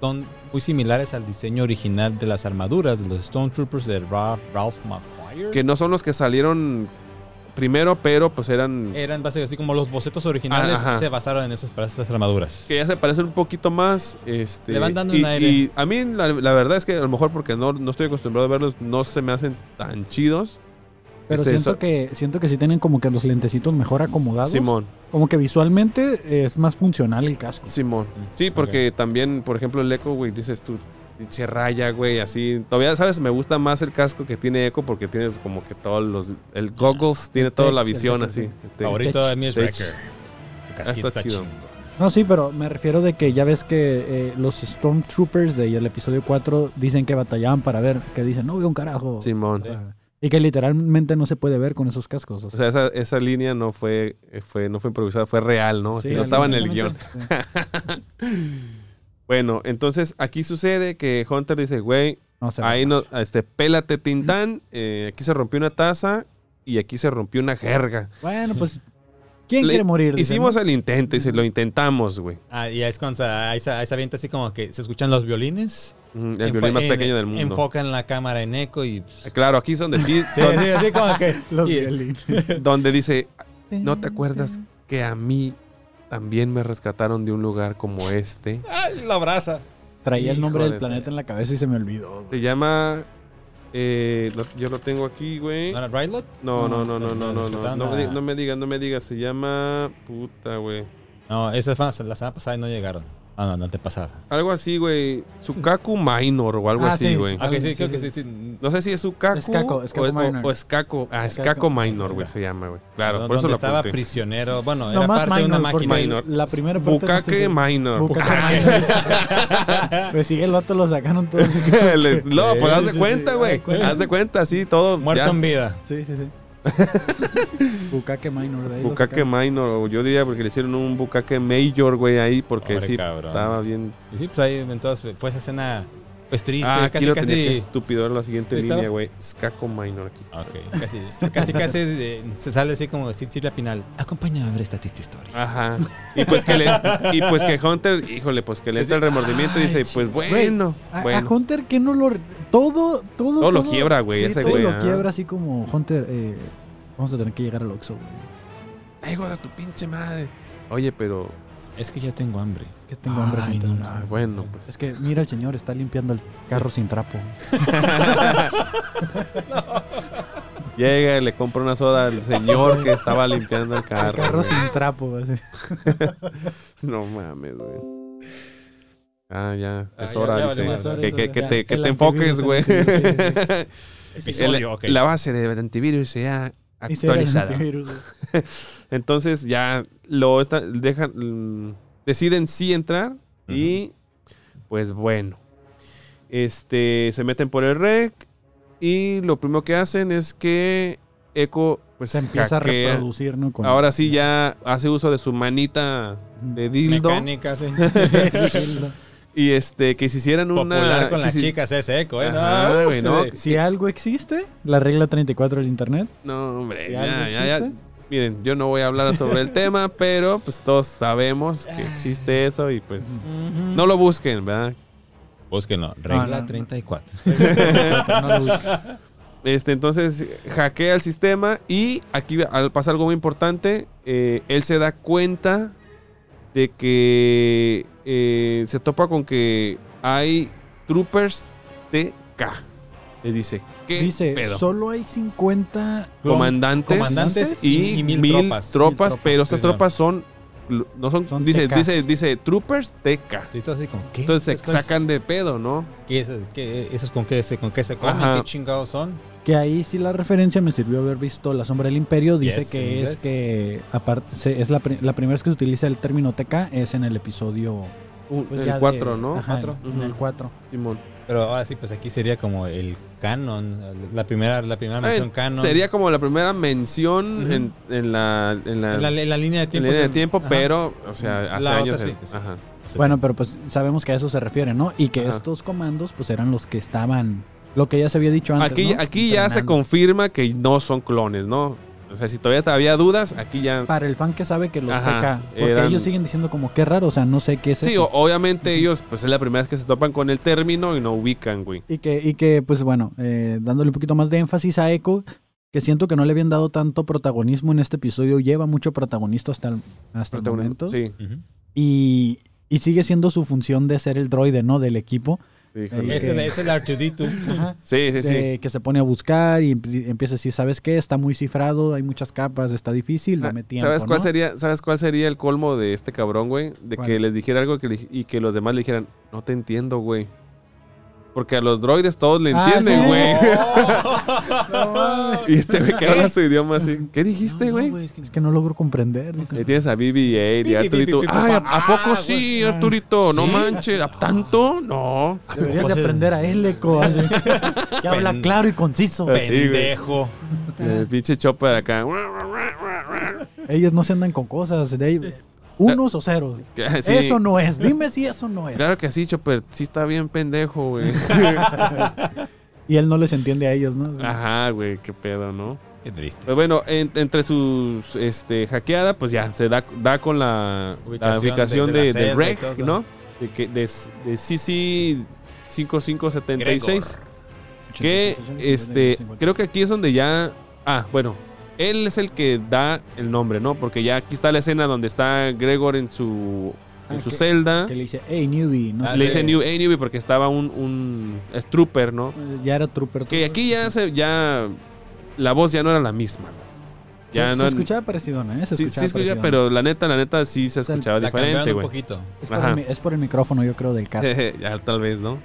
son muy similares al diseño original de las armaduras de los Stormtroopers de Ra- Ralph McGuire.
que no son los que salieron primero, pero pues eran.
eran básicamente así como los bocetos originales
Ah, Ajá.
se basaron en esos para estas armaduras.
que ya se parecen un poquito más. Este,
Le van dando
y,
un aire.
y a mí, la, la verdad es que a lo mejor porque no, no estoy acostumbrado a verlos, no se me hacen tan chidos.
Pero
Este,
siento
so-
que siento que sí tienen como que los lentecitos mejor acomodados.
Simón,
Como que visualmente eh, es más funcional el casco.
Simón.
Mm,
Sí, porque también, por ejemplo, el Echo, güey, dices tú. Se raya, güey, así. Todavía, ¿sabes? Me gusta más el casco que tiene Echo porque tiene como que todos los. El goggles tiene toda la
tech, el
visión
tech,
así.
sí.
El tech.
Favorito de mi es
Tech. Ah,
Wrecker. El casquito
está
está
chido.
chingo.
No, sí, pero me refiero de que ya ves que eh, los Stormtroopers del episodio 4 dicen que batallaban para ver, que dicen, no veo un carajo.
Simón.
O sea, y que literalmente no se puede ver con esos cascos. o
O
sea.
sea, esa, esa línea no fue, eh, fue, no fue improvisada, fue real, ¿no?
Sí,
Así, no estaba en el guión.
exactamente. Sí.
Bueno, entonces aquí sucede que Hunter dice, güey,
No
*laughs*
se ve.
ahí no, este, pélate Tintán, eh, aquí se rompió una taza y aquí se rompió una jerga.
Bueno, pues, ¿quién
Le-
quiere morir? Dice,
Hicimos
¿no?
el intento, dice, lo intentamos, güey.
Ah, y ahí es cuando se, ahí se- ahí se avienta así como que se escuchan los violines.
Mm, El
Enfo-
violín más
en-
pequeño del mundo.
Enfocan la cámara en eco y... pues,
Claro, aquí es donde
*laughs*
sí,
Sí,
donde-
sí, así
*laughs*
como que...
Los
y-
violines.
donde dice, ¿no te acuerdas que a mí también me rescataron de un lugar como este?
¡Ay, la brasa!
Traía el nombre
Híjole,
del planeta en la cabeza y se me olvidó.
Se llama Eh, lo- yo lo tengo aquí, güey.
¿No era Rylot?
No, no, no, no, no, no, no.
Rescataron
No me,
a-
di- no me digas, no me digas. Se llama. Puta, güey.
No, esas fans la semana pasada y no llegaron. Ah, no, la antepasada.
Algo así, güey. Sukaku Minor o algo
Ah,
así,
sí.
güey.
Ah,
Ok, sí,
sí,
creo
sí,
que sí,
sí.
sí.
No sé si es Sukaku.
Escaco,
o,
Escaco
es- o-
Minor.
o Escaco. Ah, Escaco,
Escaco.
Minor, güey, se llama, güey. Claro,
Donde
por eso lo
estaba
apunté.
prisionero. Bueno,
No,
era
más
parte de una
minor, porque
máquina.
Minor.
la primera parte...
Bukake Minor.
Bucaque Minor. *laughs* Pues sí, el vato lo sacaron
*laughs*
todo.
*laughs* Les- no,
Sí,
pues haz
sí,
de
sí,
cuenta,
sí,
güey.
haz de cuenta.
Haz de cuenta, sí, todo.
Muerto
ya.
en vida.
Sí, sí,
*laughs*
sí. Bucaque Minor, de ahí lo
Bucaque
sacaron.
Minor, o yo diría porque le hicieron un bucaque Major, güey, ahí, porque
Hombre,
sí,
cabrón.
estaba bien.
Y sí, pues ahí entonces fue esa escena pues triste,
Ah, aquí
casi
lo
casi.
tenía, qué estúpido, era la siguiente
Sí, estaba.
línea, güey. Escaco Minor aquí. está.
Ok, casi, casi, casi eh, se sale así como decir Silvia Pinal. Acompáñame a ver esta triste historia.
Ajá. Y pues que le, y pues que Hunter, híjole, pues que le entra el remordimiento y dice, pues bueno,
A, a
bueno.
Hunter que no lo... Todo, todo...
Todo lo quiebra, güey,
Sí,
ese
todo
güey,
lo
ah.
quiebra así como Hunter... eh, vamos a tener que llegar al Oxxo, güey.
Ay, hijo de tu pinche madre. Oye, pero,
Es que ya tengo hambre.
Que tengo hambre.
Ay,
Hunter.
no, no.
ah, bueno, pues.
Es que mira el señor, está limpiando el carro sin trapo.
Llega y le compra una soda al señor que estaba limpiando el
El
carro.
carro
güey.
sin trapo. así.
No mames, güey. Ah, ya,
Ah,
es
ya-
hora,
ya
dice.
valió madre.
que, que- que
Ya,
te, que
el
te enfoques, güey.
antivirus, el antivirus,
*laughs* El-
ok.
La base de antivirus ya
Y se era el *laughs*
actualizada.
antivirus, güey.
Entonces ya lo esta- dejan, mm, deciden sí entrar y pues bueno, este, se meten por el rec y lo primero que hacen es que Echo pues
Se empieza
hackea.
a reproducir, ¿no? Con- *laughs*
Ahora sí ya hace uso de su manita de dildo
Mecánica, sí.
y este que si hicieran *laughs* una
Popular con
que
las
si-
chicas es eco, ¿eh?
Ajá, güey, no.
Sí.
Si algo existe, la regla 34 del internet.
No, hombre,
Si
ya,
algo
ya, ya.
existe.
Miren, yo no voy a hablar sobre el tema, pero pues todos sabemos que existe eso y pues
No.
no lo busquen, ¿verdad?
Búsquenlo. Regla
no, no. *laughs*
34.
No lo busques.
Este, entonces hackea el sistema y aquí al- pasa algo muy importante. eh, él se da cuenta de que eh, se topa con que hay troopers TK. Le dice, ¿qué
Dice,
pedo?
solo hay 50.
comandantes,
comandantes
y,
y- y
mil,
mil
tropas,
tropas.
Mil tropas,
pero estas
sí,
tropas son no son,
Son
dice
TKs.
dice dice troopers TK.
Y todo así como, ¿qué?
Entonces se
Después,
sacan de pedo, ¿no?
¿qué es- qué- ¿Esos con qué se, con qué se comen?
Ajá.
¿Qué chingados son?
Que ahí sí la referencia me sirvió haber visto La Sombra del Imperio. Dice
Yes, en
que
inglés.
es que, aparte, se- es la, pri- la primera vez que se utiliza el término TK es en el episodio. pues, ya
el
de-
4, ¿no?
ajá,
Cuatro.
en- en el
Ujú.
4.
Simón.
Pero ahora sí, pues aquí sería como el canon, la primera, la primera mención
Eh,
canon.
Sería como la primera mención
Ujú.
en, en la en la,
En la, en la línea de
en
tiempo. pues,
la línea de tiempo,
Ajá.
pero o sea, hace
La otra
años
sí,
en-
sí.
ajá.
O sea,
Bueno, pero pues sabemos que a eso se refiere, ¿no? Y que
Ajá.
estos comandos, pues eran los que estaban. Lo que ya se había dicho antes.
Aquí
¿no?
aquí ya se
Entrenando.
confirma que no son clones, ¿no? O sea, si todavía te había dudas, aquí ya
Para el fan que sabe que los
Ajá,
TK. Porque
eran-
ellos siguen diciendo como qué raro, o sea, no sé qué es
Sí,
eso.
o- obviamente ellos pues es la primera vez que se topan con el término y no ubican, güey.
Y que, y que, pues bueno, eh, dándole un poquito más de énfasis a Echo, que siento que no le habían dado tanto protagonismo en este episodio, lleva mucho protagonista hasta el, hasta el momento.
Sí,
ujú.
eh, Y, y sigue siendo su función de ser el droide, ¿no? Del equipo.
híjole.
Eh,
Ese
Ok.
es el R2D2.
sí, sí, sí.
de- que se pone a buscar y empie- empieza a decir, ¿sabes qué? Está muy cifrado, hay muchas capas, está difícil, dame tiempo.
Ah, ¿Sabes cuál
¿no?
sería, sabes cuál sería el colmo de este cabrón, güey? De
¿Cuál?
que les dijera algo que le- y que los demás le dijeran, "No te entiendo, güey." Porque a los droides todos le
Ah,
entienden,
sí.
güey.
*laughs* No, mames.
*laughs* Y este güey que habla su
*laughs*
idioma así. ¿Qué dijiste,
No,
este, güey?
güey, es, que, es que no logro comprender. no sé.
Ahí tienes a BB-8 y
Pi, pi, pi,
Arturito.
pi, pi,
Ay, ¿a, a
ah,
poco
güey.
sí, Arturito? No
¿Sí?
manches. ¿A tanto? No.
Deberías de aprender a él,
*laughs*
Echo. así, Que habla
Pen-
claro y conciso.
Así, güey.
Pendejo.
El pinche chopper acá.
Ellos no se andan con cosas. de ahí, unos o ceros.
Sí.
Eso no es. Dime si eso no es.
Claro que sí, Chopper. Sí está bien pendejo, güey. *laughs*
Y él no les entiende a ellos, ¿no?
Ajá, güey. Qué pedo, ¿no?
Qué triste.
Pues bueno, en- entre sus este, hackeada, pues ya se da, da con la
Ubicación
la ubicación
de-
de,
de la
de,
celda y
Reg,
todo.
¿no? De, que, de, de CC 5576. Que este, creo que aquí es donde ya. Ah, bueno. Él es el que da el nombre, ¿no? Porque ya aquí está la escena donde está Gregor en su en
Ah,
su
que-
celda.
Que le dice, hey, newbie. No
Ah,
sé
le
sí.
dice New hey, Newbie porque estaba un, un strooper, ¿no?
qué. Ya era trooper.
Que
trooper.
aquí ya se, ya la voz ya no era la misma. güey.
Se-
Ya
se,
no
escuchaba parecido, ¿no? Se
sí,
escuchaba
sí escuchaba,
parecido.
pero la neta, la neta sí se
sea,
escuchaba
La
diferente,
cambiaron un
güey.
poquito.
Es por,
Ajá.
el, mi- es por el micrófono, yo creo, del caso.
*laughs* ya tal vez, ¿no?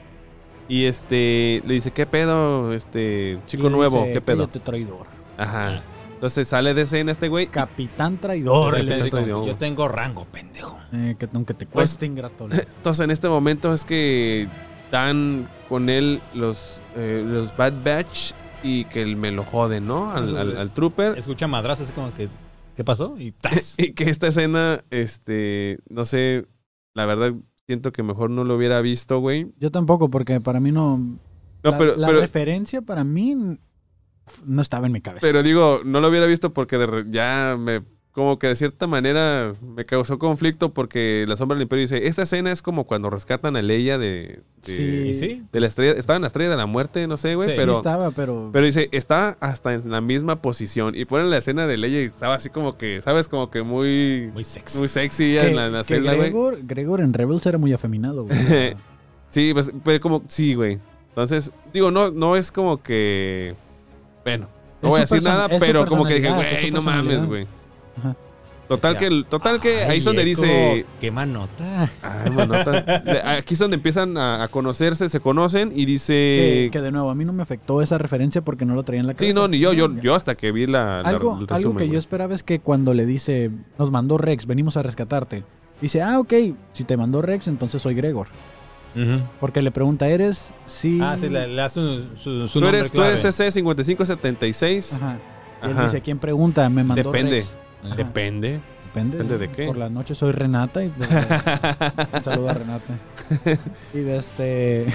Y este le dice, "¿Qué pedo, este chico
Y
nuevo?
dice,
¿Qué pedo?"
"Cállate, traidor.
Ajá. Entonces sale de escena este güey.
Capitán traidor.
Órale,
De repente
tanto
dijo,
idioma.
yo tengo rango, pendejo.
Eh, que aunque te
Pues-
cueste ingrato.
*laughs*
le-
Entonces en este momento es que dan con él los, eh, los Bad Batch y que él me lo joden, ¿no? Al, al- al trooper.
Escucha madrazos, es como que, ¿qué pasó? Y ¡tas!
*laughs* Y que esta escena, este, no sé, la verdad siento que mejor no lo hubiera visto, güey.
Yo tampoco, porque para mí no.
No,
la,
pero,
la
pero,
referencia para mí n- no estaba en mi cabeza.
pero digo, no lo hubiera visto porque de re- ya me, como que de cierta manera me causó conflicto porque la sombra del imperio dice, esta escena es como cuando rescatan a Leia de, de,
Sí.
Y sí,
de la estrella, estaba en la estrella de la muerte, no sé, güey,
Sí.
pero...
sí estaba, pero.
Pero dice, está hasta en la misma posición. Y ponen la escena de Leia y estaba así como que, ¿sabes? Como que muy,
muy sexy.
muy sexy
que-
en la, en la
que
celda, güey.
Gregor, Gregor en Rebels era muy afeminado,
*laughs*
güey. O sea,
Sí, pues, pero como, sí, güey. Entonces, digo, no, no es como que. Bueno,
Es
no voy a
su
decir nada,
person- es su
pero como que dije,
personalidad, es su
güey, no mames,
personalidad".
güey.
Ajá.
Total
Decía,
que, total que ahí es donde
Ay,
dice.
Eco, Qué manota.
Ay, manota. Le- Aquí es donde empiezan a, a conocerse, se conocen
que,
y dice.
que de nuevo, a mí no me afectó esa referencia porque no lo traía en la cabeza.
sí, no, ni yo, yo,
ya.
yo hasta que vi la. la-
Algo,
el
algo
resumen,
que
güey.
yo esperaba es que cuando le dice, nos mandó Rex, venimos a rescatarte. Dice, ah, ok, si te mandó Rex, entonces soy Gregor. Porque le pregunta, ¿eres? Sí.
Ah, sí, le, le hace un- su, su
Tú
nombre
eres, tú
clave.
eres SC5576.
Ajá. Y él
Ajá.
dice, ¿quién pregunta? Me mandó
Depende.
Rex.
Ajá.
Dep-
Depende.
Depende.
Depende de qué.
Por la noche soy Renata y pues,
*laughs*
un saludo a Renata. Y de este...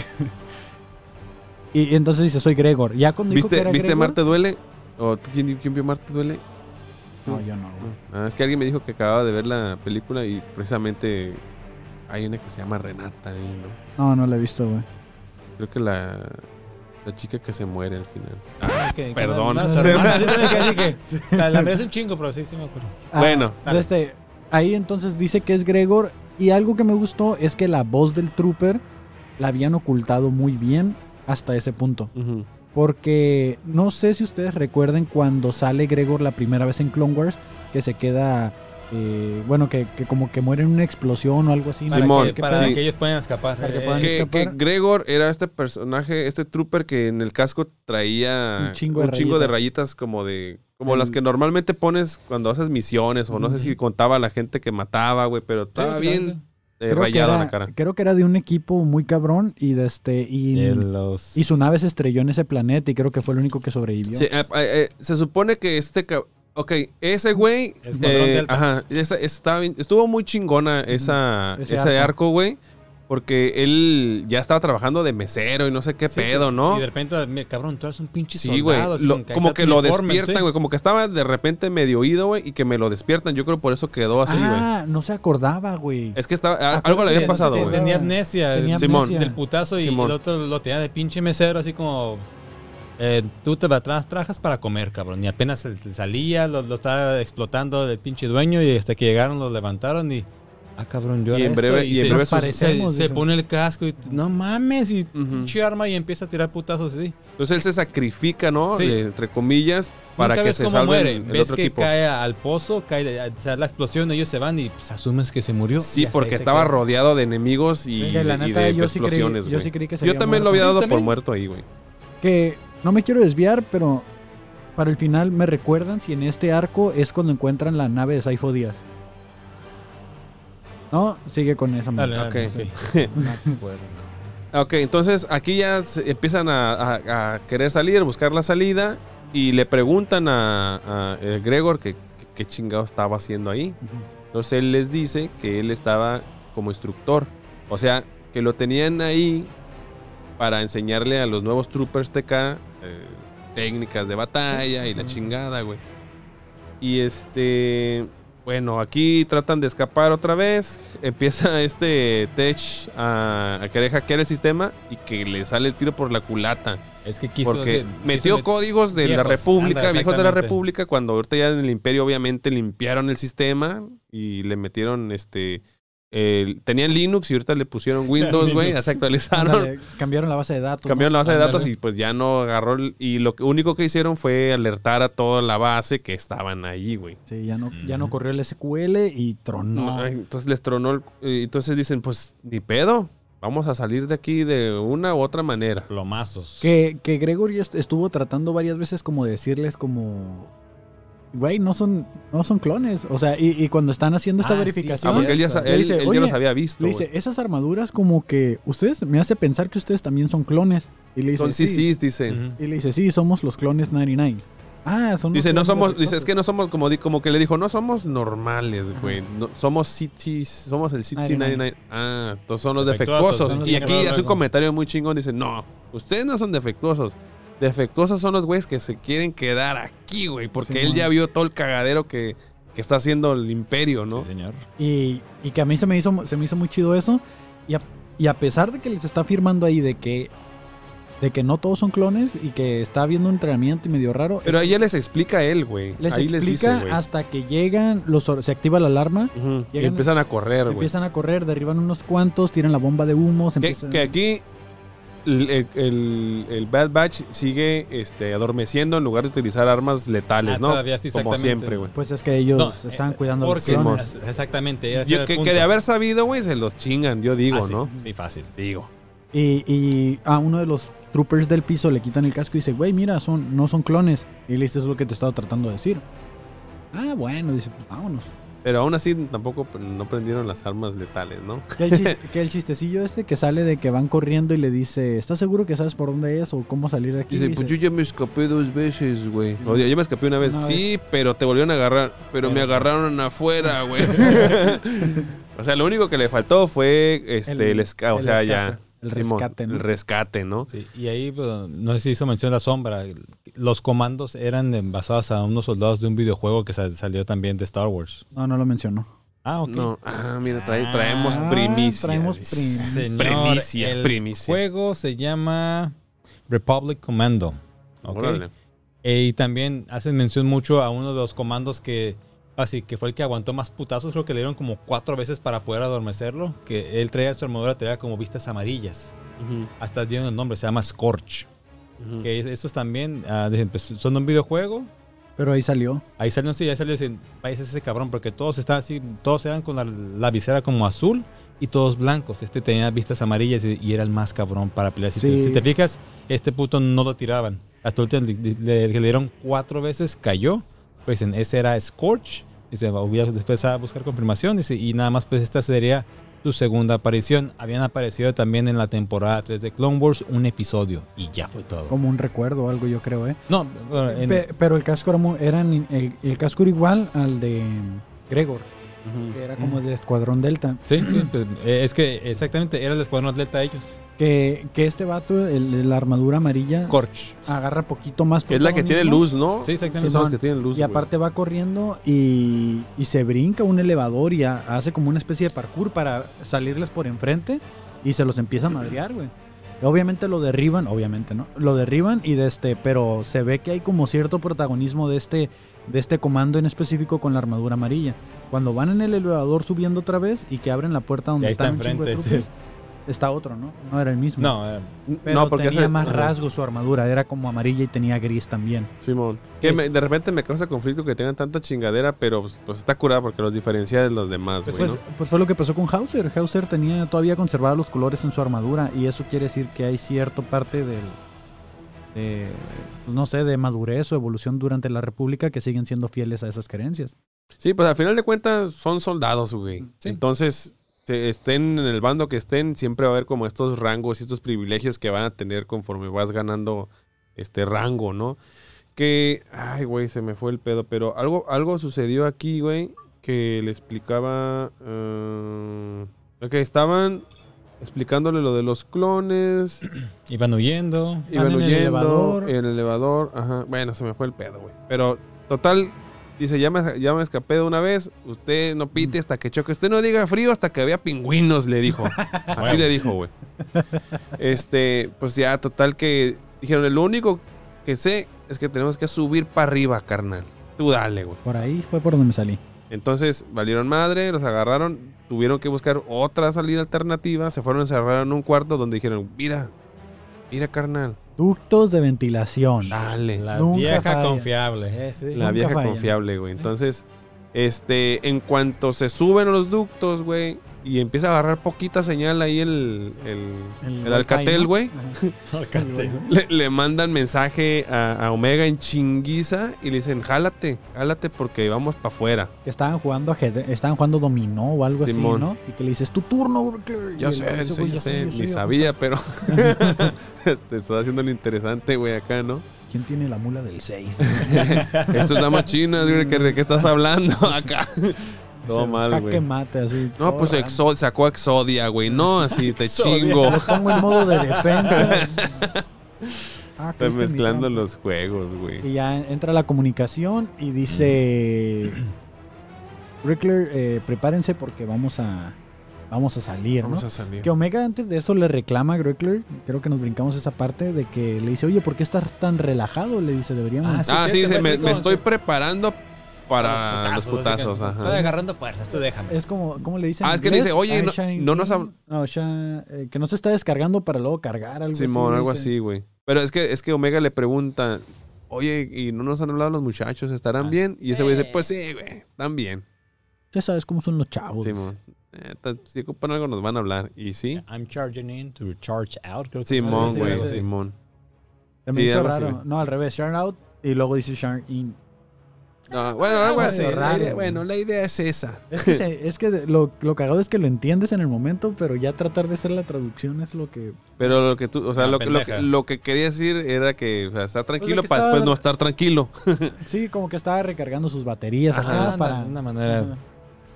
*laughs* y, y entonces dice, soy Gregor. Ya cuando dijo que
¿Viste,
era
¿viste
Gregor-
Marte Duele? ¿O tú- quién, quién vio Marte Duele?
No, yo no. güey.
Ah, es que alguien me dijo que acababa de ver la película y precisamente hay una que se llama Renata ahí, ¿no?
No, no la he visto, güey.
Creo que la, la chica que se muere al final.
Ah, que- que
Perdón.
no- no,
Se-
su *laughs* hermana, sí, sí, que- sí, que- La la verdad es un chingo, pero sí, sí me acuerdo.
Ah,
Bueno,
de
dale.
este, ahí entonces dice que es Gregor. Y algo que me gustó es que la voz del trooper la habían ocultado muy bien hasta ese punto.
Ujú.
Porque no sé si ustedes recuerden cuando sale Gregor la primera vez en Clone Wars, que se queda. eh, bueno, que, que como que muere en una explosión o algo así.
Para,
Simón,
que,
¿Qué
para
pedo?
sí.
que ellos puedan escapar.
Para que
Eh,
puedan-
que-
Que,
escapar.
que Gregor era este personaje, este trooper que en el casco traía
Un chingo de
de
rayitas.
rayitas como de... Como
El-
las que normalmente pones cuando haces misiones o no sé
Ujú.
si contaba a la gente que mataba, güey, pero estaba bien eh,
Creo que
rayado en
era-
la cara.
Creo que era de un equipo muy cabrón y de este. Y,
Eh, los-
y su nave se estrelló en ese planeta y creo que fue el único que sobrevivió.
Sí, ah, ah, eh, se supone que este... cab- Ok, ese güey...
Escuadrón
eh,
Delta.
ajá, esa- estaba bien- estuvo muy chingona esa,
ese
ese,
arco.
arco, güey. Porque él ya estaba trabajando de mesero y no sé qué
Sí,
pedo,
sí.
¿no?
Y de repente, mira, cabrón, tú eres un pinche
Sí, güey.
soldado, así
Lo-
ahí
Como
está
que
tu
lo
uniforme,
despiertan,
sí.
güey. Como que estaba de repente medio oído, güey. Y que me lo despiertan. Yo creo por eso quedó así, güey.
ah, no se acordaba, güey.
es que estaba, a- algo le
Ah, Sí,
había
no sé,
pasado,
te-
güey.
Tenía amnesia
Tenía
Simón,
amnesia.
del putazo y
Simón.
el otro lo tenía de pinche mesero, así como. eh, tú te la tra- trajas para comer, cabrón. Y apenas se- se salía, lo, lo estaba explotando el pinche dueño. Y hasta que llegaron, lo levantaron y. Ah, cabrón, yo
Y
era
en
esto",
breve- y en
se-
breve
Nos
sus-
se,
parecemos.
se
dice.
pone el casco y no mames y
Ujú.
pinche arma y empieza a tirar putazos así.
Entonces él se sacrifica, ¿no?
Sí.
De- entre comillas, para
Nunca
que
ves
se
cómo
salve
muere.
el- el
ves
otro
que
equipo.
cae al pozo, cae a- se da la explosión, ellos se van y pues, asumes que se murió. y
Sí,
hasta ahí
porque
se
estaba
queda.
rodeado de enemigos y,
Que la
y
neta,
de
yo sí creí-
explosiones,
yo
güey.
sí creí que se
Yo
había
también lo
muerto.
había
Sí,
dado por
también.
muerto ahí, güey.
que no me quiero desviar, pero para el final me recuerdan si en este arco es cuando encuentran la nave de Saifo Díaz. No, sigue con esa madre.
Dale, dale,
Ok.
sí.
*laughs* Ah, Ok, entonces aquí ya se- empiezan a, a- a querer salir, buscar la salida. Y le preguntan a, a, eh, Gregor que que- qué chingado estaba haciendo ahí.
Ujú.
Entonces él les dice que él estaba como instructor. O sea, que lo tenían ahí para enseñarle a los nuevos troopers TK eh, técnicas de batalla y la chingada, güey. Y este. Bueno, aquí tratan de escapar otra vez. Empieza *laughs* este Tech a, a querer hackear el sistema y que le sale el tiro por la culata.
Es que quiso.
porque
quiso
metió
met-
códigos de la
viejos,
República,
ándale,
viejos de la
exactamente.
República, cuando ahorita ya en el Imperio obviamente limpiaron el sistema y le metieron este el- tenían Linux y ahorita le pusieron Windows, güey, ya se actualizaron.
Ándale, cambiaron la base de datos. ¿no?
Ah, Cambiaron la base de datos
Ándale.
y pues ya no agarró. el- y lo que- único que hicieron fue alertar a toda la base que estaban ahí, güey.
Sí, ya no, ya no corrió el SQL y tronó.
No, ay, Entonces les tronó. el- y entonces dicen, pues ni pedo. Vamos a salir de aquí de una u otra manera.
Plomazos.
Que, que Gregory est- estuvo tratando varias veces como decirles como... Güey, no son, no son clones. O sea, y, y cuando están haciendo esta
Ah, sí,
Ah,
verificación,
porque él ya, sa-
Le
él-
dice,
él ya
"Oye",
los había visto.
le
güey.
dice, esas armaduras como que ustedes me hace pensar que ustedes también son clones. Y le dice,
Son
sí,
CCs, dice.
Ujú.
Y le dice, sí, somos los clones 99. Ah, son los
Dice, no
clones
somos,
de
dice, es que
nosotros.
no somos, como, di- como que le dijo, no somos normales, güey. No, somos CTs, somos el CT99. Ah, entonces son los
Defectuosos,
defectuosos.
son los
y aquí hace un
defectuosos.
comentario muy chingón, dice, no, ustedes no son defectuosos. Defectuosos son los güeyes que se quieren quedar aquí, güey, porque
Sí,
él ya
man.
vio todo el cagadero que, que está haciendo el imperio, ¿no?
Sí, señor.
Y, y que a mí se me hizo, se me hizo muy chido eso. Y a, y a pesar de que les está firmando ahí de que, de que no todos son clones y que está habiendo un entrenamiento y medio raro,
Pero ahí ya les explica él, güey.
les
ahí
explica
les dice, güey.
hasta que llegan, los, or- se activa la alarma,
Ujú, Y
llegan-
empiezan a correr, güey.
empiezan a correr, derriban unos cuantos, tiran la bomba de humo, se
Que,
empiezan-
que aquí el, el- el- el Bad Batch sigue este, adormeciendo en lugar de utilizar armas letales,
Ah,
¿no?
todavía sí,
Como
exactamente.
siempre, güey.
Pues es que ellos
No,
estaban
eh,
cuidando a los
porque-
clones.
Exactamente. ese
Yo-
era el
que, que
punto.
de haber sabido, güey, se los chingan, yo digo,
Ah, sí,
¿no?
Sí, fácil.
Digo.
Y, y a uno de los troopers del piso le quitan el casco y dice, güey, mira, son, no son clones. Y le dice, eso es lo que te estaba tratando de decir. Ah, bueno, dice, pues vámonos.
Pero aún así tampoco p- no prendieron las armas letales, ¿no?
Que el,
*laughs*
chis- que el chistecillo este que sale de que van corriendo y le dice, ¿estás seguro que sabes por dónde es o cómo salir de aquí?
Dice,
Dice,
pues yo ya me escapé dos veces, güey. O sea, yo me escapé una vez.
Una
sí, pero te volvieron a agarrar. Pero me
Pero-
agarraron
*laughs*
afuera, güey. o sea, lo único que le faltó fue este, el, esca- O
el
sea,
escape,
ya.
el
Simón,
rescate, ¿no?
El rescate, ¿no?
Sí, y ahí pues, no sé si hizo mención la sombra. Los comandos eran eh, basados a unos soldados de un videojuego que sal- salió también de Star Wars.
No, no lo mencionó.
Ah, ok.
No, ah, mira, trae- traemos
Ah,
primicias.
traemos
dice.
primicia.
Señor,
Primicia,
el
primicia.
juego se llama Republic Commando. ok.
Órale.
Eh, y también hacen mención mucho a uno de los comandos que así que fue el que aguantó más putazos, creo que le dieron como cuatro veces para poder adormecerlo, que él traía su armadura traía como vistas amarillas. Hasta dieron el nombre, se llama Scorch.
Ujú.
Que es- esos también ah, dicen, pues, son de un videojuego.
Pero ahí salió.
Ahí salió, sí, ahí salió dicen, "Ay, ese es ese cabrón, porque todos estaban así, todos eran con la, la visera como azul y todos blancos. Este tenía vistas amarillas y, y era el más cabrón para pelear. Si,
Sí.
te, si te fijas, este puto no lo tiraban. Hasta el último le, le- le dieron cuatro veces, cayó. Pues dicen, ese era Scorch. Dice, voy a después a buscar confirmación. Dice, y nada más, pues esta sería su segunda aparición. Habían aparecido también en la temporada 3 de Clone Wars un episodio y ya fue todo.
Como un recuerdo o algo, yo creo, ¿eh?
No, bueno, en-
Pe- pero el casco era, mu- eran- el, el casco era igual al de Gregor, que era como de Escuadrón Delta.
Sí, sí, pues, eh, es que exactamente era el escuadrón atleta ellos.
Que, que este vato, el, de la armadura amarilla,
Scorch.
agarra poquito más.
Que es la que tiene
protagonismo.
luz, ¿no?
Sí, exactamente.
Sí, son las
Simón.
que tienen luz.
Y aparte va corriendo y, y se brinca un elevador y ha- hace como una especie de parkour para salirles por enfrente y se los empieza a madrear, güey. Y Obviamente lo derriban, obviamente, ¿no? Lo derriban y de este, pero se ve que hay como cierto protagonismo de este, de este comando en específico con la armadura amarilla. Cuando van en el elevador subiendo otra vez y que abren la puerta donde
ahí está
están un chingo de
enfrente,
troopers, está otro, ¿no? No era el mismo.
No, eh,
güey.
Pero tenía
esa-
más
Ajá.
rasgos su armadura, era como amarilla y tenía gris también.
Simón. Que me- de repente me causa conflicto que tengan tanta chingadera, pero pues, pues, está curada porque los diferencia de los demás,
Pues,
güey.
pues- pues fue lo que pasó con Hauser. Hauser tenía todavía conservados los colores en su armadura y eso quiere decir que hay cierta parte del, de, pues, no sé, de madurez o evolución durante la República que siguen siendo fieles a esas creencias.
¿no? Sí, pues al final de cuentas son soldados, güey.
Sí.
Entonces, se- estén en el bando que estén, siempre va a haber como estos rangos y estos privilegios que van a tener conforme vas ganando este rango, ¿no? Que, ay, güey, se me fue el pedo, pero algo, algo sucedió aquí, güey, que le explicaba... eh, ok, estaban explicándole lo de los clones.
iban huyendo.
Iban
Van en el
huyendo,
elevador.
el elevador, ajá. Bueno, se me fue el pedo, güey. Pero, total, dice, ya me, ya me escapé de una vez. Usted no
Mm.
pite hasta que choque. Usted no diga frío hasta que vea pingüinos,
*laughs*
le dijo. Así le dijo, güey. Este, pues ya, total, que dijeron, lo único que sé es que tenemos que subir para arriba, carnal. Tú dale, güey.
Por ahí fue por donde me salí.
Entonces valieron madre, los agarraron, tuvieron que buscar otra salida alternativa, se fueron a encerrar en un cuarto donde dijeron, mira, mira carnal,
Ductos de ventilación. Ah,
dale.
La
Nunca
vieja
falla. Eh,
confiable.
La
Nunca
vieja
fallan.
confiable, güey. Entonces, este, en cuanto se suben los ductos, güey, y empieza a agarrar poquita señal ahí el, el, el
wifi,
alcatel,
¿no? *laughs*
güey,
Ajá.
le, le mandan mensaje a, a Omega en chinguiza y le dicen, jálate, jálate porque vamos para afuera.
Que estaban jugando ajedrez, estaban jugando dominó o algo
Simón.
así, ¿no? Y que le dices, tu turno, bro, que-". Y
Ya
el-
sé,
ese
sí,
güey,
ya
"Ya
sé,
ya
ni
ya".
sabía, pero *laughs* este, estaba haciendo lo interesante, güey, acá,
*laughs*
¿no?
¿Quién tiene la mula del 6?
Esto es dama china, güey, que- ¿de qué estás hablando
*laughs*
acá? *laughs* Todo mal, güey.
mate, así.
No,
todo
pues
random.
Exo- sacó a Exodia, güey. No, así te
Exodia.
chingo.
Lo pongo en modo de
*laughs*
defensa. Ah,
Estás
caíste en mi
mezclando
trampa.
los juegos, güey.
Y ya entra la comunicación y
*clears throat*
dice... Rickler, eh, prepárense porque vamos a... Vamos a salir, ¿no?
Vamos a salir.
Que Omega antes de eso le reclama a Greckler, creo que nos brincamos esa parte, de que le dice, oye, ¿por qué estás tan relajado? Le dice, deberíamos...
Ah,
Ah, sí,
Sí,
dice,
te
me,
ves
me
con-
estoy preparando para los putazos.
básicamente.
ajá.
Estoy agarrando fuerzas, tú déjame.
Es como, ¿cómo le dicen?
Ah, es que le dice, oye, no- no nos hab-
eh, que no se está descargando para luego cargar algo
Simón, algo
dice.
así, güey. Pero es que, es que Omega le pregunta, oye, ¿y no nos han hablado los muchachos? ¿Estarán
Ah.
bien? Y ese güey dice,
Eh.
pues sí, güey, están bien.
Ya sabes cómo son los chavos.
Simón, "Eh, ta- si ocupan algo nos van a hablar. Y sí,
I'm charging in to charge out. creo que-
Simón,
sí,
güey,
sí.
Simón.
Se me
Sí,
hizo
algo así,
raro.
güey.
no, al revés, Sharn out y luego dice Sharn in.
Ah, bueno, algo
medio
así. la
raro,
idea-
güey.
bueno, la idea es esa.
Es
*laughs*
que, se- es que lo, lo cagado es que lo entiendes en el momento, pero ya tratar de hacer la traducción es lo que...
Pero lo que tú, o sea,
Ah,
lo, que- lo que,
pendeja.
lo que quería decir era que, o sea, estar tranquilo
que
para
estaba-
después no estar tranquilo.
Sí, como que estaba recargando sus baterías
Ajá,
acá
una-
para...
una manera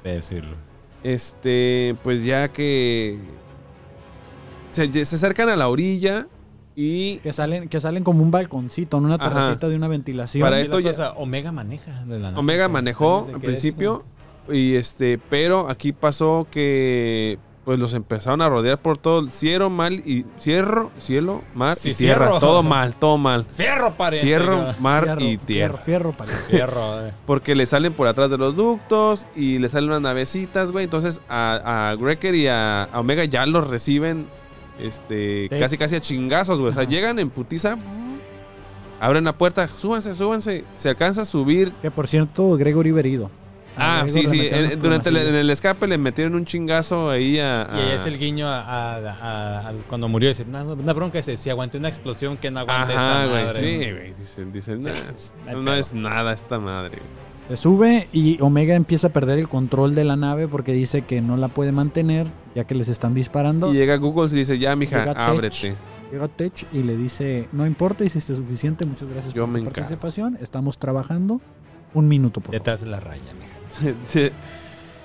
de decirlo.
Este, pues ya que se, se acercan a la orilla y
Que salen, que salen como un balconcito, en una
Ajá.
terracita de una ventilación.
Para
Y
esto
la
ya-
cosa, Omega maneja de la nada.
Omega manejó
Desde
al
que
principio y este, pero aquí pasó que pues los empezaron a rodear por todo el cielo, mal y cierro, cielo, mar y
Sí,
tierra,
cierro.
todo mal, todo
*laughs*
mal.
Fierro, pariente.
Cierro, mar
Fierro,
y
fierro,
tierra.
Fierro, pariente.
Fierro. eh.
Porque le salen por atrás de los ductos y le salen unas navecitas, güey. Entonces a, a Greker y a, a Omega ya los reciben este,
Sí.
casi casi a chingazos, güey. O sea,
Ajá.
llegan en putiza, abren la puerta, súbanse, súbanse. Se alcanza a subir.
Que por cierto, Gregory herido. A
Ah,
Gregor
sí,
le
sí.
metieron
en-
unos
durante el, en
plomazos.
el escape le metieron un chingazo ahí a...
Y ahí es el guiño a, a- a- a- cuando murió. Dice, "No, no, una bronca dice, si aguanté una explosión, que no aguanté
Ajá,
esta
güey.
madre".
Sí, güey. Dicen, dicen, "Nah,
hay
no
pedo".
es nada esta madre. güey".
Se sube y Omega empieza a perder el control de la nave porque dice que no la puede mantener ya que les están disparando.
Y llega Google y dice, ya, mija,
Llega Tech.
ábrete.
Llega Tech y le dice, no importa, hiciste suficiente, muchas gracias
Yo
por
me
su
encargo.
participación, estamos trabajando. Un minuto, por favor.
Detrás de la raya, mija.
*laughs* Sí.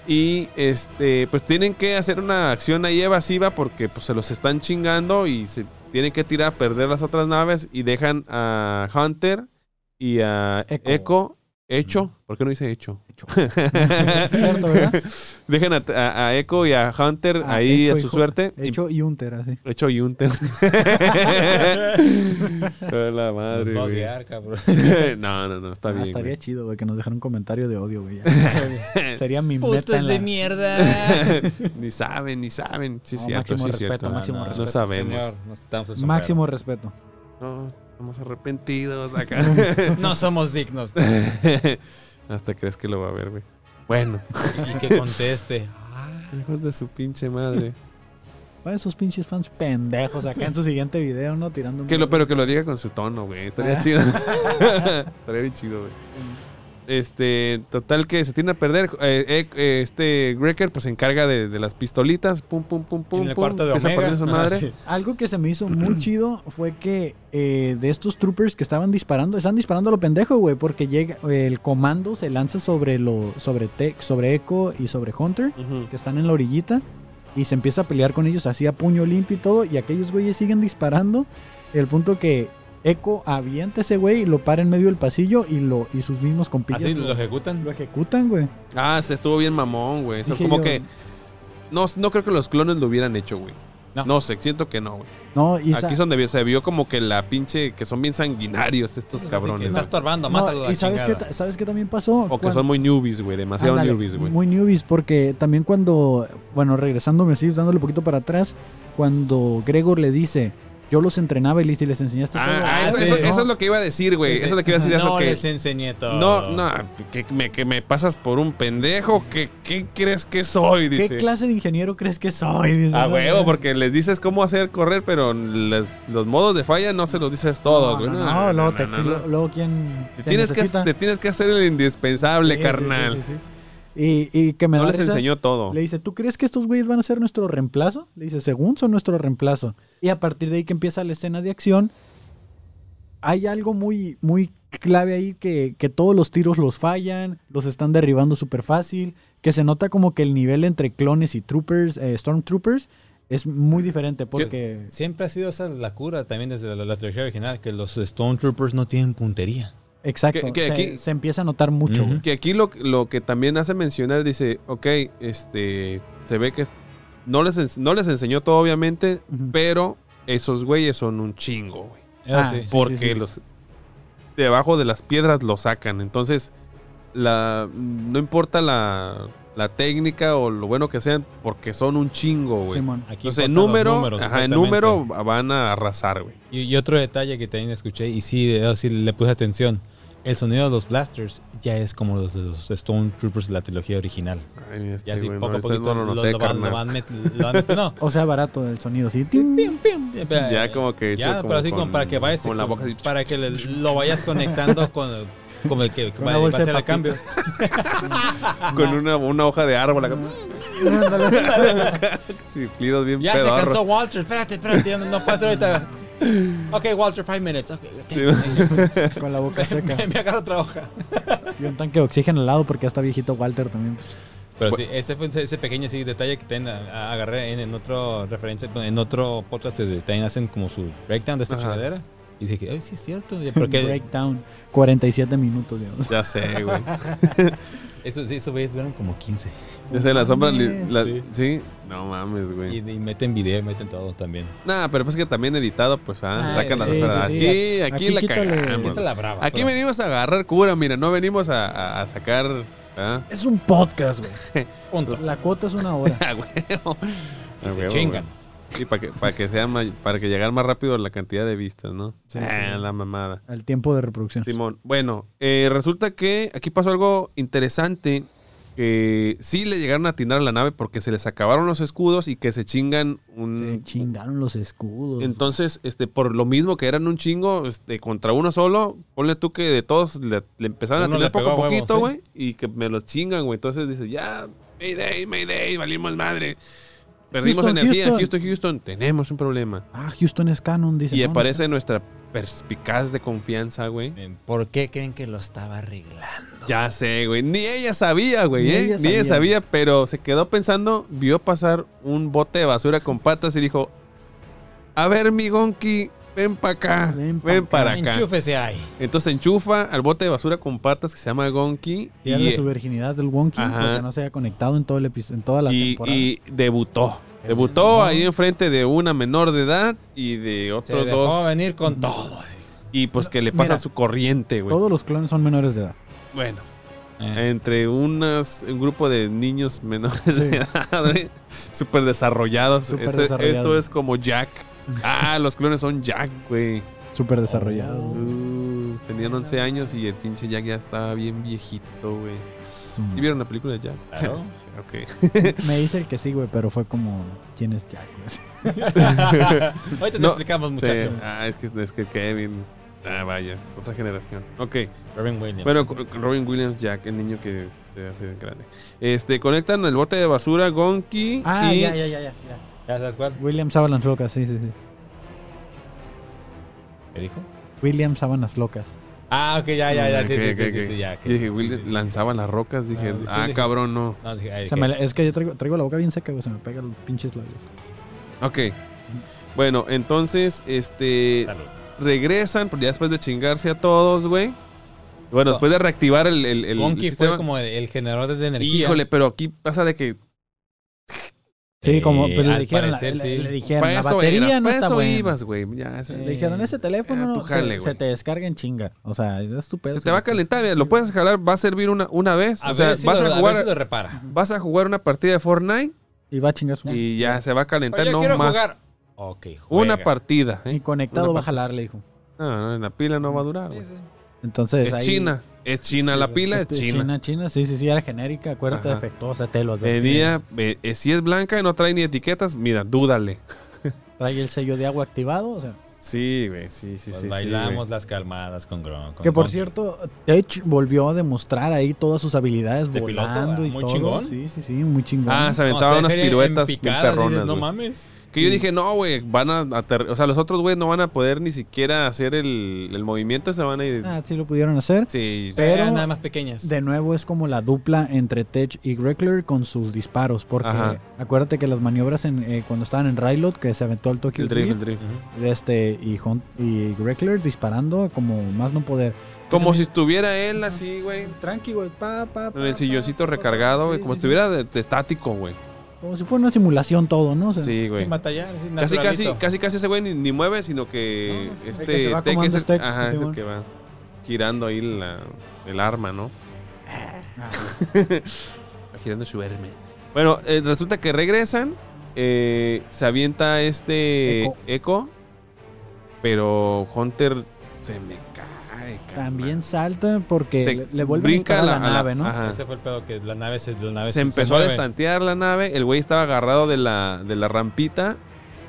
Y este, pues tienen que hacer una acción ahí evasiva porque pues, se los están chingando y se tienen que tirar a perder las otras naves y dejan a Hunter y a Echo,
Echo.
Mm.
hecho. ¿Por qué no dice hecho?
*laughs* Cierto,
*laughs*
¿verdad?
Dejan a, a- a Echo y a Hunter
Ah,
ahí
hecho
a
y
su
ju-
suerte. y-
Hecho y un tera, sí.
Hecho
*laughs*
y Hunter. Toda la madre,
Nos va a
güey.
*laughs*
odiar, cabrón.
*laughs* No, no, no, está
Ah,
bien.
estaría
güey.
chido, güey, que nos dejara un comentario de odio, güey. ya. Sería mi meta. en la-
*laughs* mierda.
*laughs* ni saben, ni saben. Sí,
No,
cierto,
máximo
sí,
respeto,
cierto.
máximo
no,
respeto,
sabemos.
Señor, nos quitamos el sombrero.
Máximo respeto. *laughs*
No, estamos arrepentidos acá.
No
*laughs*
somos dignos.
*laughs* Hasta crees que lo va a ver, güey. Bueno,
Y que conteste. Ah,
hijos de su pinche madre.
Para esos pinches fans pendejos acá en su siguiente video, ¿no? Tirando un
Que lo,
mierda.
pero que lo diga con su tono, güey. Estaría
Ah.
*laughs* chido. Estaría bien chido, güey. Este, total que se tiene a perder. eh, eh, eh, este Greker pues se encarga de, de las pistolitas. Pum, pum, pum, pum.
en el
pum,
cuarto de
empieza a
Omega.
perder su madre.
*laughs* Ah, sí.
Algo que se me hizo
*clears throat*
muy chido fue que eh, de estos troopers que estaban disparando, están disparando a lo pendejo, güey, porque llega el comando se lanza sobre lo sobre Tech, sobre Echo y sobre Hunter,
Ujú.
que están en la orillita y se empieza a pelear con ellos así a puño limpio y todo y aquellos güeyes siguen disparando, el punto que Echo avienta a ese güey y lo para en medio del pasillo y lo y sus mismos compillas
Así lo
lo,
ejecutan.
lo ejecutan, güey.
Ah, se estuvo bien mamón, güey. O sea,
*laughs*
Dije
como
yo,
que. No, no creo que los clones lo hubieran hecho, güey.
No.
No sé, siento que no, güey.
No, y sa-
Aquí es donde vi- se vio como que la pinche, que son bien sanguinarios estos cabrones.
Está
güey.
estorbando,
no,
mátalo. a la
y sabes qué,
chingada.
ta- sabes qué también pasó.
O que
Cuan-
son muy newbies, güey, demasiado
Ándale,
newbies, güey.
Muy newbies, porque también cuando, bueno, regresándome así, dándole un poquito para atrás, cuando Gregor le dice, yo los entrenaba y le dice, les enseñaste
Ah,
todo".
ah,
Ah,
eso,
sí,
eso-
¿no?
eso es lo que iba a decir, güey.
Sí, sí.
Eso es lo que iba a decir. eso
No
que-
les enseñé todo.
No, no, que me, que me pasas por un pendejo. ¿Qué, qué crees que soy?
¿Qué
Dice.
clase de ingeniero crees que soy? Dice,
A
"No,
huevo,
no".
porque les dices cómo hacer correr, pero les- los modos de falla no se los dices
No,
todos, güey.
no,
No,
no,
no,
luego
no,
te-
no, no.
lo- luego quién
Te
te
tienes, que,
necesita.
te tienes que hacer el indispensable,
Sí, sí,
carnal.
sí, sí, sí. Y, y que me
No
da
les
risa.
enseñó todo.
Le dice, ¿tú crees que estos güeyes van a ser nuestro reemplazo? Le dice, según son nuestro reemplazo. Y a partir de ahí que empieza la escena de acción, hay algo muy, muy clave ahí que, que todos los tiros los fallan, los están derribando súper fácil, que se nota como que el nivel entre clones y troopers, eh, stormtroopers, es muy diferente porque...
Siempre ha sido esa la cura también desde la, la trilogía original, que los Stormtroopers no tienen puntería.
Exacto,
Que- que
se,
aquí-
se empieza a notar mucho.
Ujú.
güey.
Que aquí lo, lo que también hace mencionar, dice, ok, este, se ve que no les, ens- no les enseñó todo, obviamente,
Ujú.
pero esos güeyes son un chingo, güey.
Ah,
sí.
sí.
porque los debajo de las piedras lo sacan. Entonces, la no importa la, la técnica o lo bueno que sean, porque son un chingo, güey.
Simón.
Aquí
Entonces, en
importan los
número,
números,
ajá, en
exactamente.
número van a arrasar, güey.
Y, y otro detalle que también escuché, y sí, eh, sí le puse atención, el sonido de los blasters ya es como los de los Stormtroopers de la trilogía original.
Ay, este,
Ya sí,
güey, no,
poco a
este
poquito
no lo
lo-
noté,
lo van- lo
carnal.
van met- lo van
*laughs*
met- no.
O sea, barato el sonido, sí.
Ya como que
Ya,
hecho como
pero así como
con-
para que vayas
con la
con-
boca así.
para que le- lo vayas conectando con como el que
Con
va,
una bolsa
va a
de
hacer el
papitas.
cambio.
con una, una hoja de árbol acá. Chiflidos bien
Ya se
pedorros.
cansó Walter, espérate, espérate, ya no, no pasa ahorita. Ok, Walter, five minutes. ok, *laughs*
*laughs*
Sí.
Con la boca
me,
seca.
me- me agarro otra hoja.
Y un tanque de oxígeno al lado porque ya está viejito Walter también. pues.
Pero sí, ese fue ese pequeño sí, detalle que también a- a- agarré en, en otro referencia, en otro podcast eh, también hacen como su breakdown de esta
Ajá.
chingadera. Y dije, ay, sí es cierto.
*laughs*
ya, Porque
Breakdown. 47 minutos, digamos.
Ya sé, güey.
eso, sí, esos güeyes duran como 15.
Ya sé, la sombra. li- la-
Sí.
sí. No mames, güey.
Y, y meten video, meten todo también.
Nah, pero pues que también editado, pues ah,
Ah,
sacan las
sí,
cosas.
sí, sí.
Aquí, aquí,
Aquí
la
quítale.
cagamos.
Esa es la brava.
Aquí
pero-
venimos a agarrar cura, mira, no venimos a, a- a sacar. ¿ah? *laughs*
Es un podcast, güey.
punto.
La cuota es una hora.
A huevo.
Y
A
se
huevo,
chingan.
güey. Sí, para que, para que sea may- para que llegar más rápido la cantidad de vistas, ¿no?
Sí,
Ah,
sí.
la mamada.
Al tiempo de reproducción.
Simón. Bueno, eh, resulta que aquí pasó algo interesante. Que sí le llegaron a atinar a la nave porque se les acabaron los escudos y que se chingan un,
Se chingaron los escudos.
Entonces, este, por lo mismo que eran un chingo, este, contra uno solo, ponle tú que de todos le, le empezaron
Uno
a
le
tener poco a
pegó a huevo,
poquito,
sí.
güey, y que me los chingan, güey. Entonces dices, ya, Mayday, Mayday, valimos madre. Perdimos
Houston,
energía,
Houston.
Houston. Houston, tenemos un problema.
ah, Houston es canon, dice.
y
No, no
aparece nuestra perspicaz de confianza, güey.
Eh, ¿Por qué creen que lo estaba arreglando?
Ya sé, güey. Ni ella sabía, güey,
Ni
¿eh?
ella
Ni ella
sabía.
sabía, pero se quedó pensando, vio pasar un bote de basura con patas y dijo, a ver, mi gonqui, ven para acá,
Ven
ven,
pa' acá.
para acá.
Enchúfese ahí.
Entonces enchufa al bote de basura con patas que se llama Gonki
está.
y,
Pierde su virginidad del Wonky
Ajá.
porque no se haya conectado en todo el episodio, en toda la
y-
temporada.
y debutó.
El
Debutó
menor.
ahí enfrente de una menor de edad y de
Se
otros
dejó
dos. *laughs*
venir con todo.
Y pues que le pasa
Mira,
su corriente, güey.
Todos los clones son menores de edad.
Bueno,
Eh,
entre unas, un grupo de niños menores
Sí.
de edad, güey, súper desarrollados.
Súper
Ese-
desarrollados.
Esto es como Jack. Ah, los clones son Jack, güey.
Súper desarrollados. güey.
Uh, tenían 11 años y el pinche Jack ya estaba bien viejito, güey.
Su-
¿Y vieron la película de Jack?
claro.
ok.
Me dice el que sí, güey, pero fue como, ¿quién es Jack? *laughs*
*laughs* Ahorita te
No,
explicamos,
Sí.
muchachos.
Ah, es que, es que Kevin. Ah, vaya. Otra generación. Ok.
Robin Williams.
Bueno, co- Robin Williams Jack, el niño que se hace grande. Este, conectan el bote de basura, Gonki.
Ah,
y
ya, ya, ya, ya, ya.
¿Ya sabes cuál?
William Sabanas Locas, sí, sí, sí.
¿Qué dijo?
William Sabanas Locas.
Ah, ok, ya, ya, ya.
Ok,
Sí, sí,
ok,
sí, sí,
ok.
sí, ya. que-
Yo dije,
sí,
Will
sí, sí.
lanzaba las rocas. Dije,
Ah, ¿viste?
ah,
Dije-
cabrón, no.
No, dije, ay,
Se
dije,
me la- es que yo traigo, traigo la boca bien seca, güey, se me pegan los pinches labios.
Ok. Bueno, entonces, este.
salud.
Regresan, pero ya después de chingarse a todos, güey. Bueno,
No.
después de reactivar el. el, el
Monkey fue
sistema.
como el, el generador de energía.
Híjole, pero aquí pasa de que
Sí, como pues, le
al
dijeron, la-
parecer,
le,
sí.
le
Para
dijeron, la
eso
batería
era,
no
para
está
eso
buena.
ibas, güey.
Eh,
Ya, ese-
Le dijeron, ese
Ah,
teléfono
tú jale,
se,
güey.
se te descarga en chinga. O sea, es tu pedo.
se te va a calentar, mira, lo puedes jalar, va a servir una, una vez.
A
o sea,
ver si
vas
lo-
a
ver
jugar,
si lo repara.
vas a jugar una partida de Fortnite
Y va a chingar su
y ya se va a calentar,
Oye,
no
quiero
más.
jugar. Ok, juega.
Una partida. ¿eh?
Y conectado
Una
va a jalar, le dijo.
par- No, no, en la pila no va a durar.
Sí,
güey.
sí.
Entonces
es
ahí.
China, es China la pila, Pues es
Este,
China.
China, China, sí, sí, sí, era genérica, acuérdate,
Ajá.
defectuosa, te lo advertí.
Venía, ve- eh, si es blanca y no trae ni etiquetas, mira, dúdale.
Trae el sello de agua activado. O sea.
Sí, güey, sí, sí,
Pues
sí.
bailamos las calmadas con Gron. con
Que por
Donkey.
cierto, Tech volvió a demostrar ahí todas sus habilidades
De piloto,
volando
¿verdad?
y
Muy
todo.
chingón.
Sí, sí, sí, muy chingón.
Ah, se
No,
aventaban
se
unas
dejaría en
piruetas bien
picada,
perronas.
dices, No
güey.
mames.
Que yo dije, no, güey, van a ater- O sea, los otros güeyes no van a poder ni siquiera hacer el, el movimiento, se van a ir.
Ah, sí lo pudieron hacer.
sí.
Pero-
Eran nada más pequeñas.
De nuevo es como la dupla entre Tech y Greckler con sus disparos. Porque
Ajá.
acuérdate que las maniobras en, eh, cuando estaban en Rylot, que se aventó el Tokyo
El drift, el
Drift,
drift.
Ujú.
de este, y, Hunt- y Greckler disparando como más no poder.
Como
Ese
si estuviera él así, güey.
Tranqui, güey. Pa, pa, pa,
En el
pa,
silloncito
pa, pa,
recargado, güey.
sí,
Como
sí,
si estuviera de- de estático, güey.
sí. Como si fuera una simulación todo, ¿no? O sea,
Sí, güey.
Sin batallar, sin
Casi, casi,
naturalito.
casi, casi ese güey ni, ni mueve, sino que
No, no, sí.
este
El que se va
Tech es
comando
el-
es Tech,
ajá, es el
Simón.
que va girando ahí la- el arma, ¿no?
Ah.
Va *laughs* girando su arma. Bueno, eh, resulta que regresan, eh, se avienta este
Echo.
Echo, pero Hunter se me cae. carnal.
También salta porque
Se
le, le vuelven a
brinca
disparar
a
la, nave, ¿no?
ajá.
Ese fue el pedo que la nave se, la nave
se empezó a
mueve.
destantear la nave. El güey estaba agarrado de la, de la rampita,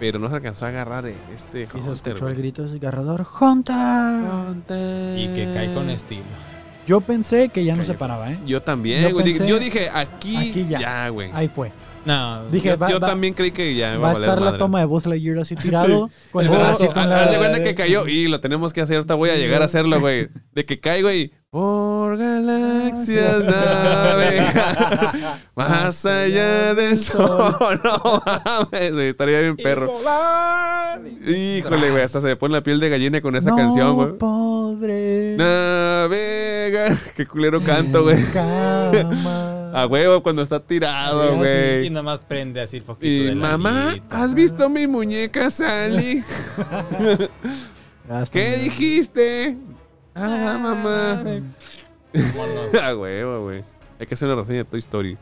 pero no se alcanzó a agarrar eh, este
Y se
Hunter.
escuchó el
güey. Ah.
grito desgarrador. ¡Hunter!
Hunter.
Y que cae con este. estilo.
Yo pensé que ya no
Cayó.
se paraba, ¿eh?
Yo también,
Yo
güey. Dije-
pensé-
yo dije, aquí,
Aquí
ya.
ya.
güey.
Ahí fue.
No.
Dije,
yo
va,
yo
va-
también creí que ya me
va a
valer
estar la
madre.
toma de Buzz Lightyear
*laughs*
así tirado con el
Oh,
bracito
ah,
en la-
haz de cuenta que cayó y lo tenemos que hacer. Ahorita voy a
Sí,
llegar a
güey.
hacerlo, güey. De que caigo y. Por
*laughs*
galaxias navegar más allá del sol. *laughs* No mames, güey, estaría bien perro. Híjole, güey, hasta se me pone la piel de gallina con esa
no pues.
canción, güey.
podré
Navegar. Qué culero
*laughs*
canto, güey. *laughs* Ah,
jamás. *laughs*
A huevo cuando está tirado,
Y
güey.
nada más prende así el foquito.
Y
de
mamá,
lamparita.
¿has visto mi muñeca
*laughs*
Sally?
Hasta
¿Qué
me-
dijiste? Ah, mamá.
Vámonos.
*laughs* A huevo, güey. Hay que hacer una reseña de Toy
*laughs*
Story.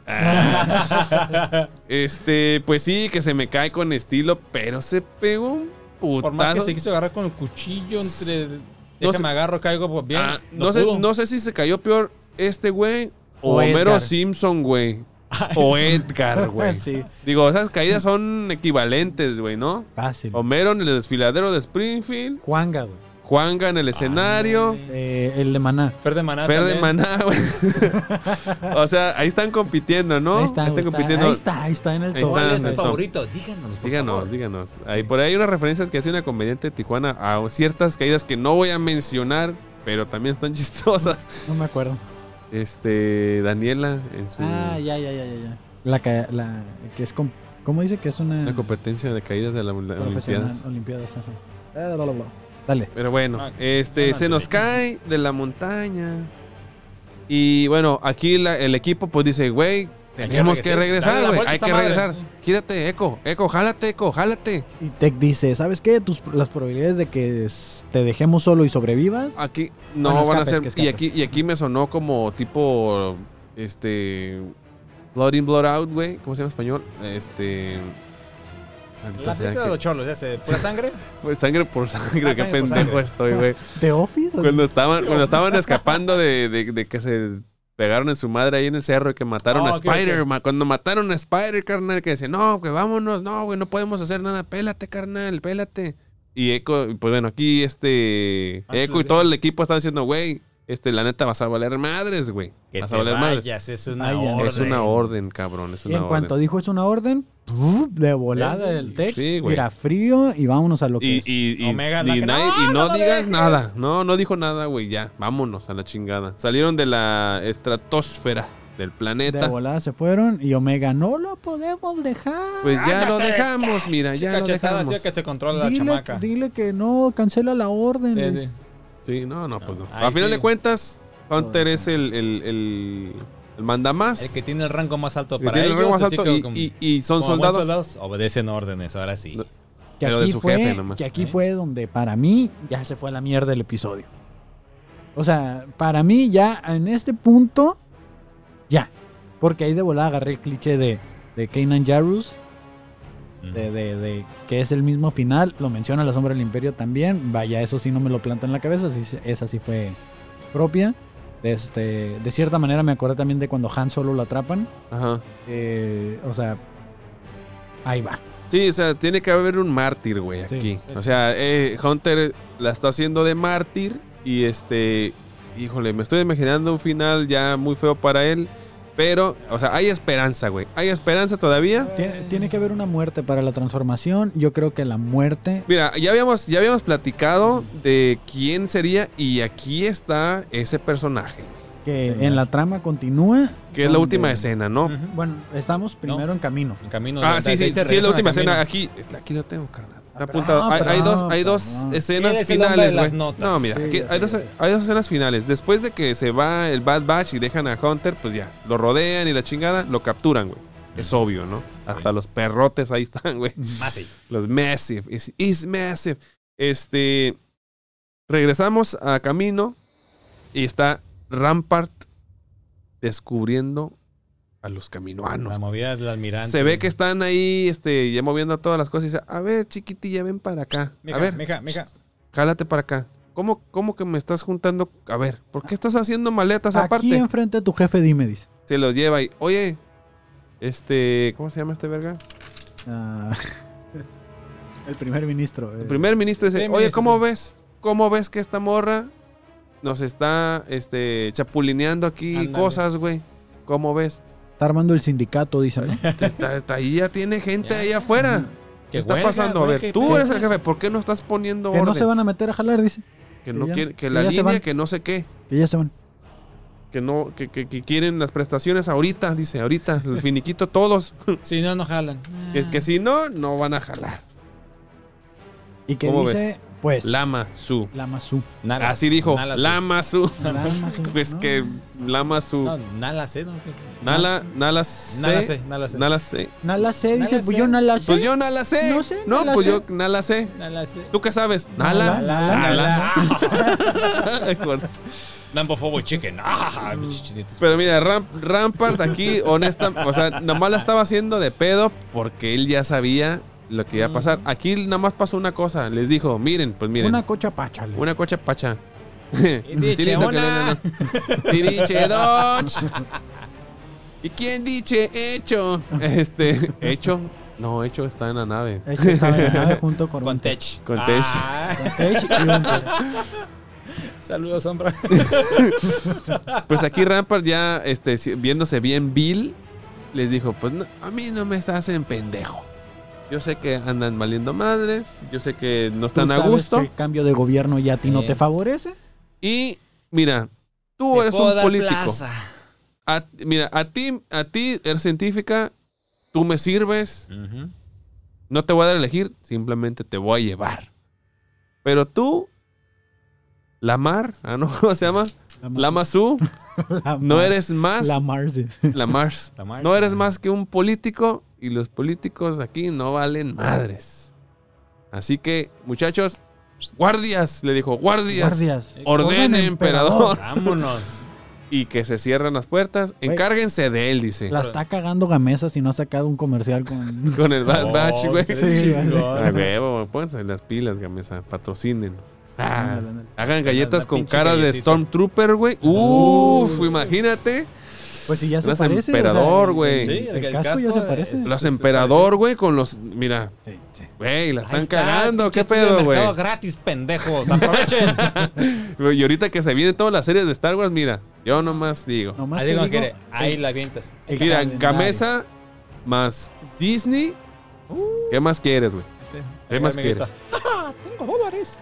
Este, pues sí, que se me cae con estilo, pero se pegó un
Por más que
putazo.
se quiso agarrar con el cuchillo entre.
No
Déjame
sé-
agarro, caigo pues, bien.
Ah,
no,
no, sé,
pudo.
no sé si se cayó peor este güey o
O
Homero
Edgar.
Simpson, güey.
*laughs*
O Edgar, güey.
Sí.
Digo, esas caídas son equivalentes, güey, ¿no?
Fácil.
Homero en el desfiladero de Springfield,
Juanga, güey.
Juanga en el escenario,
Ándale.
Eh, el de Maná.
Fer de Maná.
Fer de
también.
Maná, güey. o sea, ahí están compitiendo, ¿no?
Ahí está,
Ahí
güey,
están
está,
compitiendo.
ahí está, ahí está en el
Ahí
top.
está,
¿Cuál es
no,
su
no.
favorito? Díganos. por
Díganos,
favor.
díganos. Ahí, por ahí hay unas referencias que hace una comediante de Tijuana a ciertas caídas que no voy a mencionar, pero también están *laughs* chistosas.
No me acuerdo.
Este, Daniela en su
Ah, ya, ya, ya, ya, ya. La que, la que es com- ¿Cómo dice que es una
una competencia de caídas de las
profesional
Olimpiadas.
olimpiadas? ajá. Eh, bla, bla, bla. Dale.
Pero bueno,
Ah,
este
ah,
se nos
sí.
cae de la montaña. Y bueno, aquí la- el equipo pues dice, güey,
Hay que
tenemos que
regresar. Dale
regresar,
la
güey,
vuelta a
hay
esta
que
madre".
regresar. Gírate, Eco, Eco, jálate, Eco, jálate.
Y Tech dice, ¿sabes qué? Tus, las probabilidades de que s- te dejemos solo y sobrevivas.
Aquí no
Bueno,
van a
escapes, que
ser y
escapes.
aquí y aquí me sonó como tipo este Blood in Blood Out, güey, ¿cómo se llama en español? Este maldita
La
sea,
película
que-
de los cholos, ya sé.
*laughs*
¿Pura sangre?
pues, sangre por sangre,
Ah,
qué
sangre por
pendejo
sangre.
estoy, güey.
¿The Office?
Cuando estaban, cuando estaban escapando de, de- de que se pegaron en su madre ahí en el cerro y que mataron
Ah,
a
ok, ok.
Spider, ma- cuando mataron a Spider, carnal, que decía, no, que vámonos, no, güey, no podemos hacer nada, pélate, carnal, pélate. Y Echo, pues bueno, aquí este
Ah,
Echo y
pues,
todo el equipo están diciendo, güey, este, la neta vas a valer madres, güey.
Que
Vas
te
a valer madres.
vayas, es una
Vayas.
Es una orden, cabrón, es
Y
una
en cuanto
orden. Eh,
dijo es una orden, ¡puf! de volada
Sí,
el Tech,
sí, güey.
mira frío y vámonos a lo que
Y,
es.
y, y,
Omega
y
la que,
nadie-
"No,
y no,
no lo
digas
dejes".
nada. No, no dijo nada, güey. Ya, vámonos a la chingada. Salieron de la estratosfera del
De
planeta.
volada se fueron y Omega, no lo podemos dejar.
Pues ya
Ándate,
lo dejamos, mira, ya
Chica
lo
chetada,
dejamos.
así que se controla la
dile,
chamaca.
dile que no, cancela la orden.
Sí, sí.
Sí, no, no, pues no.
Ahí
A final
sí.
de cuentas, Hunter
Todo
es el, el, el El manda más.
El que tiene el rango más alto
que
para
tiene el
ellos.
rango más
así
alto
que
y,
como-
y- y son
como buen
soldados.
soldados obedecen órdenes, ahora sí.
No.
Que
Pero de
aquí,
su
fue,
jefe nomás.
que aquí
¿Eh?
fue donde para mí ya se fue a la mierda el episodio. O sea, para mí ya en este punto, ya. Porque ahí de volada agarré el cliché de, de Kanan Jarus,
Eh,
de, de- de que es el mismo final. Lo menciona la sombra del imperio también. Vaya, eso sí no me lo planta en la cabeza. sí se- esa sí fue propia. Este, de cierta manera me acordé también de cuando Han solo lo atrapan.
Ajá.
Eh, o sea, ahí va.
Sí, o sea, tiene que haber un mártir, güey,
Sí,
aquí.
es-
O sea, eh, Hunter la está haciendo de mártir y este, híjole, me estoy imaginando un final ya muy feo para él, pero, o sea, hay esperanza, güey. Hay esperanza todavía.
Tiene, tiene que haber una muerte para la transformación. Yo creo que la muerte.
Mira, ya habíamos, ya habíamos platicado de quién sería y aquí está ese personaje, güey,
que
Sí,
en
no.
la trama continúa.
que es la
donde-
última escena, ¿no?
Ujú.
Bueno, estamos primero en camino.
En camino
Ah,
de-
sí,
de- de
sí,
ahí
sí,
se
es la
regresan
última
al camino.
escena. Aquí, aquí lo tengo, carnal. Está
Ah,
apuntado.
perdón,
Hay, hay dos,
perdón,
hay dos
perdón.
escenas
Eres el hombre de
finales,
las
güey.
notas.
No, mira,
Sí,
aquí
ya sé,
hay, dos,
ya sé.
hay dos escenas finales. Después de que se va el Bad Batch y dejan a Hunter, pues ya, lo rodean y la chingada, lo capturan, güey. Es obvio, ¿no? Hasta los perrotes ahí están, güey.
Más sí.
Los Massive. It's, it's Massive. Este. Regresamos a camino. Y está Rampart descubriendo a los caminoanos.
La movida del almirante.
Se ve que están ahí, este, ya moviendo todas las cosas y dice, a ver, chiquitilla, ven para acá.
Mija,
a ver, *laughs*
mija, mija.
jálate para acá. ¿Cómo, ¿Cómo que me estás juntando? A ver, ¿por qué estás haciendo maletas aparte?
Aquí enfrente de tu jefe, dime, dice.
Se los lleva y, oye, este, ¿cómo se llama este verga?
*laughs*
Ah, el primer ministro. eh,
El primer ministro dice,
Sí,
oye,
ministro,
¿cómo
sí.
ves? ¿Cómo ves que esta morra nos está, este, chapulineando aquí
Ándale.
cosas, güey? ¿Cómo ves?
Está armando el sindicato, dice, ¿no?
*laughs* Está- está- Ahí ya tiene gente
Ya.
ahí afuera. ¿Qué
Que
está
huelga,
pasando? A
huelga
ver,
y
tú
pedo.
eres el jefe, ¿por qué no estás poniendo
Que
orden?
no se van a meter a jalar, dice. Que
Que no
ya-
quieren, que
que
la
ya se
línea,
van.
que no sé qué,
Que ya se van.
que no, que, que- que quieren las prestaciones ahorita, dice, ahorita, el finiquito todos.
Si no, no jalan.
Que, que si no, no van a jalar.
Y que
¿Cómo
dice, pues, la,
Lama su.
Mazú.
Nada.
Así dijo,
Nala, sí.
Lama su.
La Mazú,
*laughs* Pues
¿no?
que Lama
No,
su.
nala sé, ¿no? Pues,
Nala, Nala se.
Nala sé, nala sé.
Nala sé.
Nala sé,
Nala
dice,
sé.
pues yo Nala sé.
Pues yo Nala sé.
No sé,
No,
Nala
pues
sé.
yo Nala sé.
Nala sé.
¿Tú qué sabes? Nala. *laughs*
Nala,
Por-
*laughs* Lambo Fobo Chicken. Ah, Ajaja, mis chichinitos.
Pero mira, Ram- Rampart aquí, honesta, o sea, nomás la estaba haciendo de pedo porque él ya sabía lo que iba a pasar.
Mm.
Aquí nada más pasó una cosa, les dijo, miren, pues miren,
Una
una,
cocha páchale.
cocha pacha.
Y dice una.
Y dice "Doch". ¿Y quién dice hecho?
*laughs*
Este, hecho, no, hecho está en la nave.
Ese
*laughs*
estaba en la nave junto con,
Con
un
Tech.
Con Tech.
Ah,
Con
*laughs*
Tech y un-
Saludos, sombra.
Pues aquí Rampart ya, este, si- viéndose bien vil, les dijo, pues no, a mí no me estás en pendejo. Yo sé que andan valiendo madres, yo sé que no
Tú
están a
sabes
gusto. Eh,
que el cambio de gobierno ya a ti no
Sí.
te favorece.
Y mira, tú eres un político. A- mira, a ti, a ti eres científica, tú me sirves, no te voy a dar a elegir, simplemente te voy a llevar. Pero tú, Lamar, ah, no, *laughs* ¿cómo se llama? Lama Su,
La
no
Mar-
eres más
La Marce.
La Mars.
Lamar.
No eres más que un político y los políticos aquí no valen madres. Así que, muchachos, guardias, le dijo,
*laughs*
guardias,
Guardias.
ordene,
Orden,
emperador.
*laughs* Vámonos.
Y que se cierran las puertas.
Güey.
Encárguense de él, dice.
La está cagando Gamesa si no ha sacado un comercial con.
Con el Bad
Oh,
Batch, güey.
qué
Sí,
chingón.
Ay, huevo, pónganse las pilas, Gamesa. Patrocínenos. *laughs* Ah,
Ándale, ándale.
hagan galletas
Una
con
pinche
cara de
galletita.
Stormtrooper, güey. Uf, imagínate.
Pues si ya se
Las
parece. o sea,
emperador,
el-
güey.
el-
Sí,
el, casco ya se parece.
es-
Los emperador, güey, con los. Mira,
Sí, sí.
güey, la
Ahí
están
está,
cagando. ¿Qué
pinche estudio
pedo,
de
güey?
mercado gratis,
*laughs*
pendejos. Aprovechen.
Y ahorita que se vienen todas las series de Star Wars, mira, yo nomás digo.
Nomás
Ahí,
te
digo,
digo,
que- ahí la avientas.
el
mira,
calendario.
Gamesa más Disney.
Uh.
¿Qué más quieres, güey? ¿Qué
Ahí,
más
amiguito.
quieres?
Tengo dólares.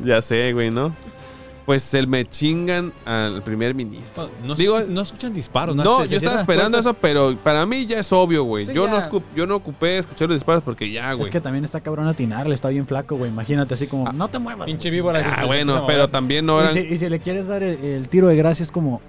Ya sé, güey, ¿no? Pues se me chingan al primer ministro.
No, no
Digo-
escuchan- no escuchan disparos.
No,
Se- se
yo estaba
cierran
esperando
las
eso, pero para mí ya es obvio, güey.
Sí,
yo, no
ya.
escu- yo no ocupé escuchar los disparos porque ya, güey. Ah,
Es que también está cabrón atinarle, está bien flaco, güey. Imagínate así como. no te
puertas.
muevas.
Pinche víbora. que
Ah,
se-
bueno,
no,
pero también no
Y
eran.
si, y si le quieres dar el, el tiro de gracia es como.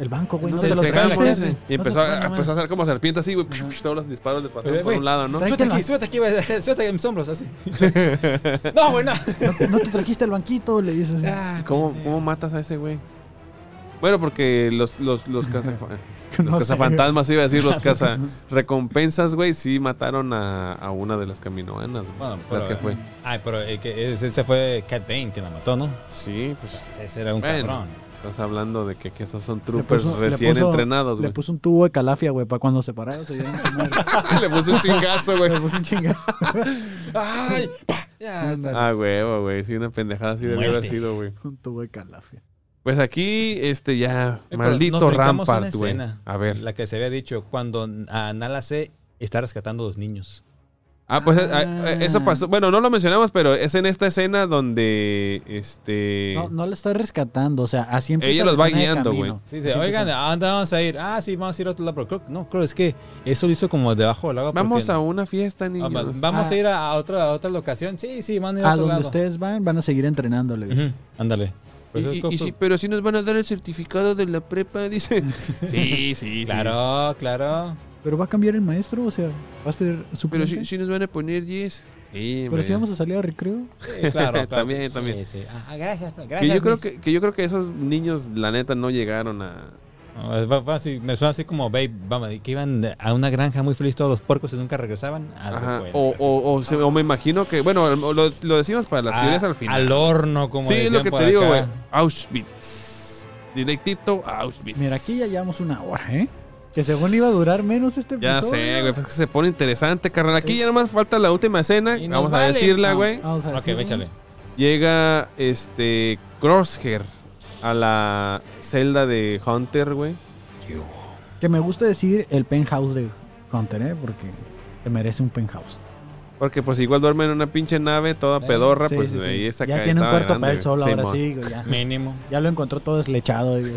el banco, güey. No
Se-
te lo
se cae,
tragaste.
ese. Y
No te
empezó,
lo- ¿eh?
a,
no,
empezó a hacer como serpiente así, güey. Todos los disparos de patrón
Güey,
por un lado, ¿no?
trae-
Suéltate
Tráetela.
aquí, suéltate aquí, güey. *laughs* Suéltate en mis hombros, así.
*laughs*
no, güey, no.
no, no te trajiste el banquito, le dices.
¿Y ¿Cómo, cómo matas a ese güey? Bueno, porque los, los, los,
*laughs*
caza- los
No sé.
cazafantasmas, iba a decir, los
*laughs*
cazarrecompensas, güey, sí mataron a, a una de las caminoanas. güey.
Ah.
Bueno,
¿Las
pero,
que fue?
Ay, pero el que, ese, ese fue Cat Bane que la mató, ¿no?
Sí, pues
Ese era un
Bueno.
cabrón.
estás hablando de que, que esos son
Le
troopers
puso- le
recién
puso-
entrenados,
Le
güey.
puso un tubo de calafia, güey, para cuando se pararon se dieron
*laughs*
su madre.
*laughs* Le puso un
*laughs*
chingazo, güey.
Le puso un chingazo.
¡Ay! pa, Ya,
Ándale,
Ah, güey, güey, sí, una pendejada así debe haber
Muerte.
sido, güey.
*laughs* Un tubo de calafia.
Pues aquí, este, ya,
pero
maldito
nos brincamos una
Rampart, güey.
escena.
A ver.
La que se había dicho cuando a Nala C está rescatando a los niños.
Ah, pues eh,
Ah.
eh, eso pasó. Bueno, no lo mencionamos, pero es en esta escena donde este.
No, no le está rescatando, o sea, así empieza
Ella
la
los va
escena de
guiando,
camino.
güey.
Así
Sí, dice, oigan,
pues,
empieza.
¿a dónde vamos a ir? Ah, sí, vamos a ir a otro lado. Pero creo, no, creo es que eso lo hizo como debajo del agua.
Vamos
porque-
a una fiesta, niños.
Ah, va- Vamos
Ah.
a ir a, a otra, a otra locación. Sí, sí, van a ir a,
A
otro
donde
lado.
ustedes van, van a seguir entrenando, le dice.
Ujú, Ándale. Pues es
Y- y-
como-
y sí, pero si nos van a dar el certificado de la prepa, *laughs* dice. sí, sí,
Claro, claro.
Pero va a cambiar el maestro, o sea, va a ser su
Pero si, si nos van a poner 10. Sí,
Pero si vamos a salir a recreo.
Sí, claro,
*laughs*
claro.
También,
Sí,
también.
sí. Ah, ah, gracias, gracias.
que yo creo
miss.
que, que yo creo que esos niños, la neta, no llegaron a.
No, es- va- va así, me suena así como, babe, vamos, que iban a una granja muy feliz todos los puercos y nunca regresaban. Haz de
Ajá,
cuenta,
O,
así.
o, o se- o me imagino que. Bueno, lo, lo decimos para las
Ah, A-
teorías al final.
Al horno, como
sí, es lo
decían
que
por
te digo,
acá.
güey. Auschwitz. Directito a Auschwitz.
Mira, aquí ya llevamos una hora, ¿eh? Que según iba a durar menos este
Ya
episodio.
sé, güey, pues que se pone interesante, carnal. Aquí ya nomás falta la última escena,
Eh, Y nos
vamos a
vale.
decirla,
No,
güey.
vamos a
Ok,
decirlo.
échale.
Llega este Crosshair a la celda de Hunter, güey.
Que me gusta decir el penthouse de Hunter, ¿eh? Porque te merece un penthouse.
Porque pues igual duerme en una pinche nave toda
Eh,
pedorra,
Sí,
pues
sí, sí.
ahí esa
ya
ca-
tiene un
estaba
cuarto para
grande,
él solo,
güey.
ahora
Simón.
sí. güey, Ya,
Mínimo.
ya lo encontró todo deslechado. y-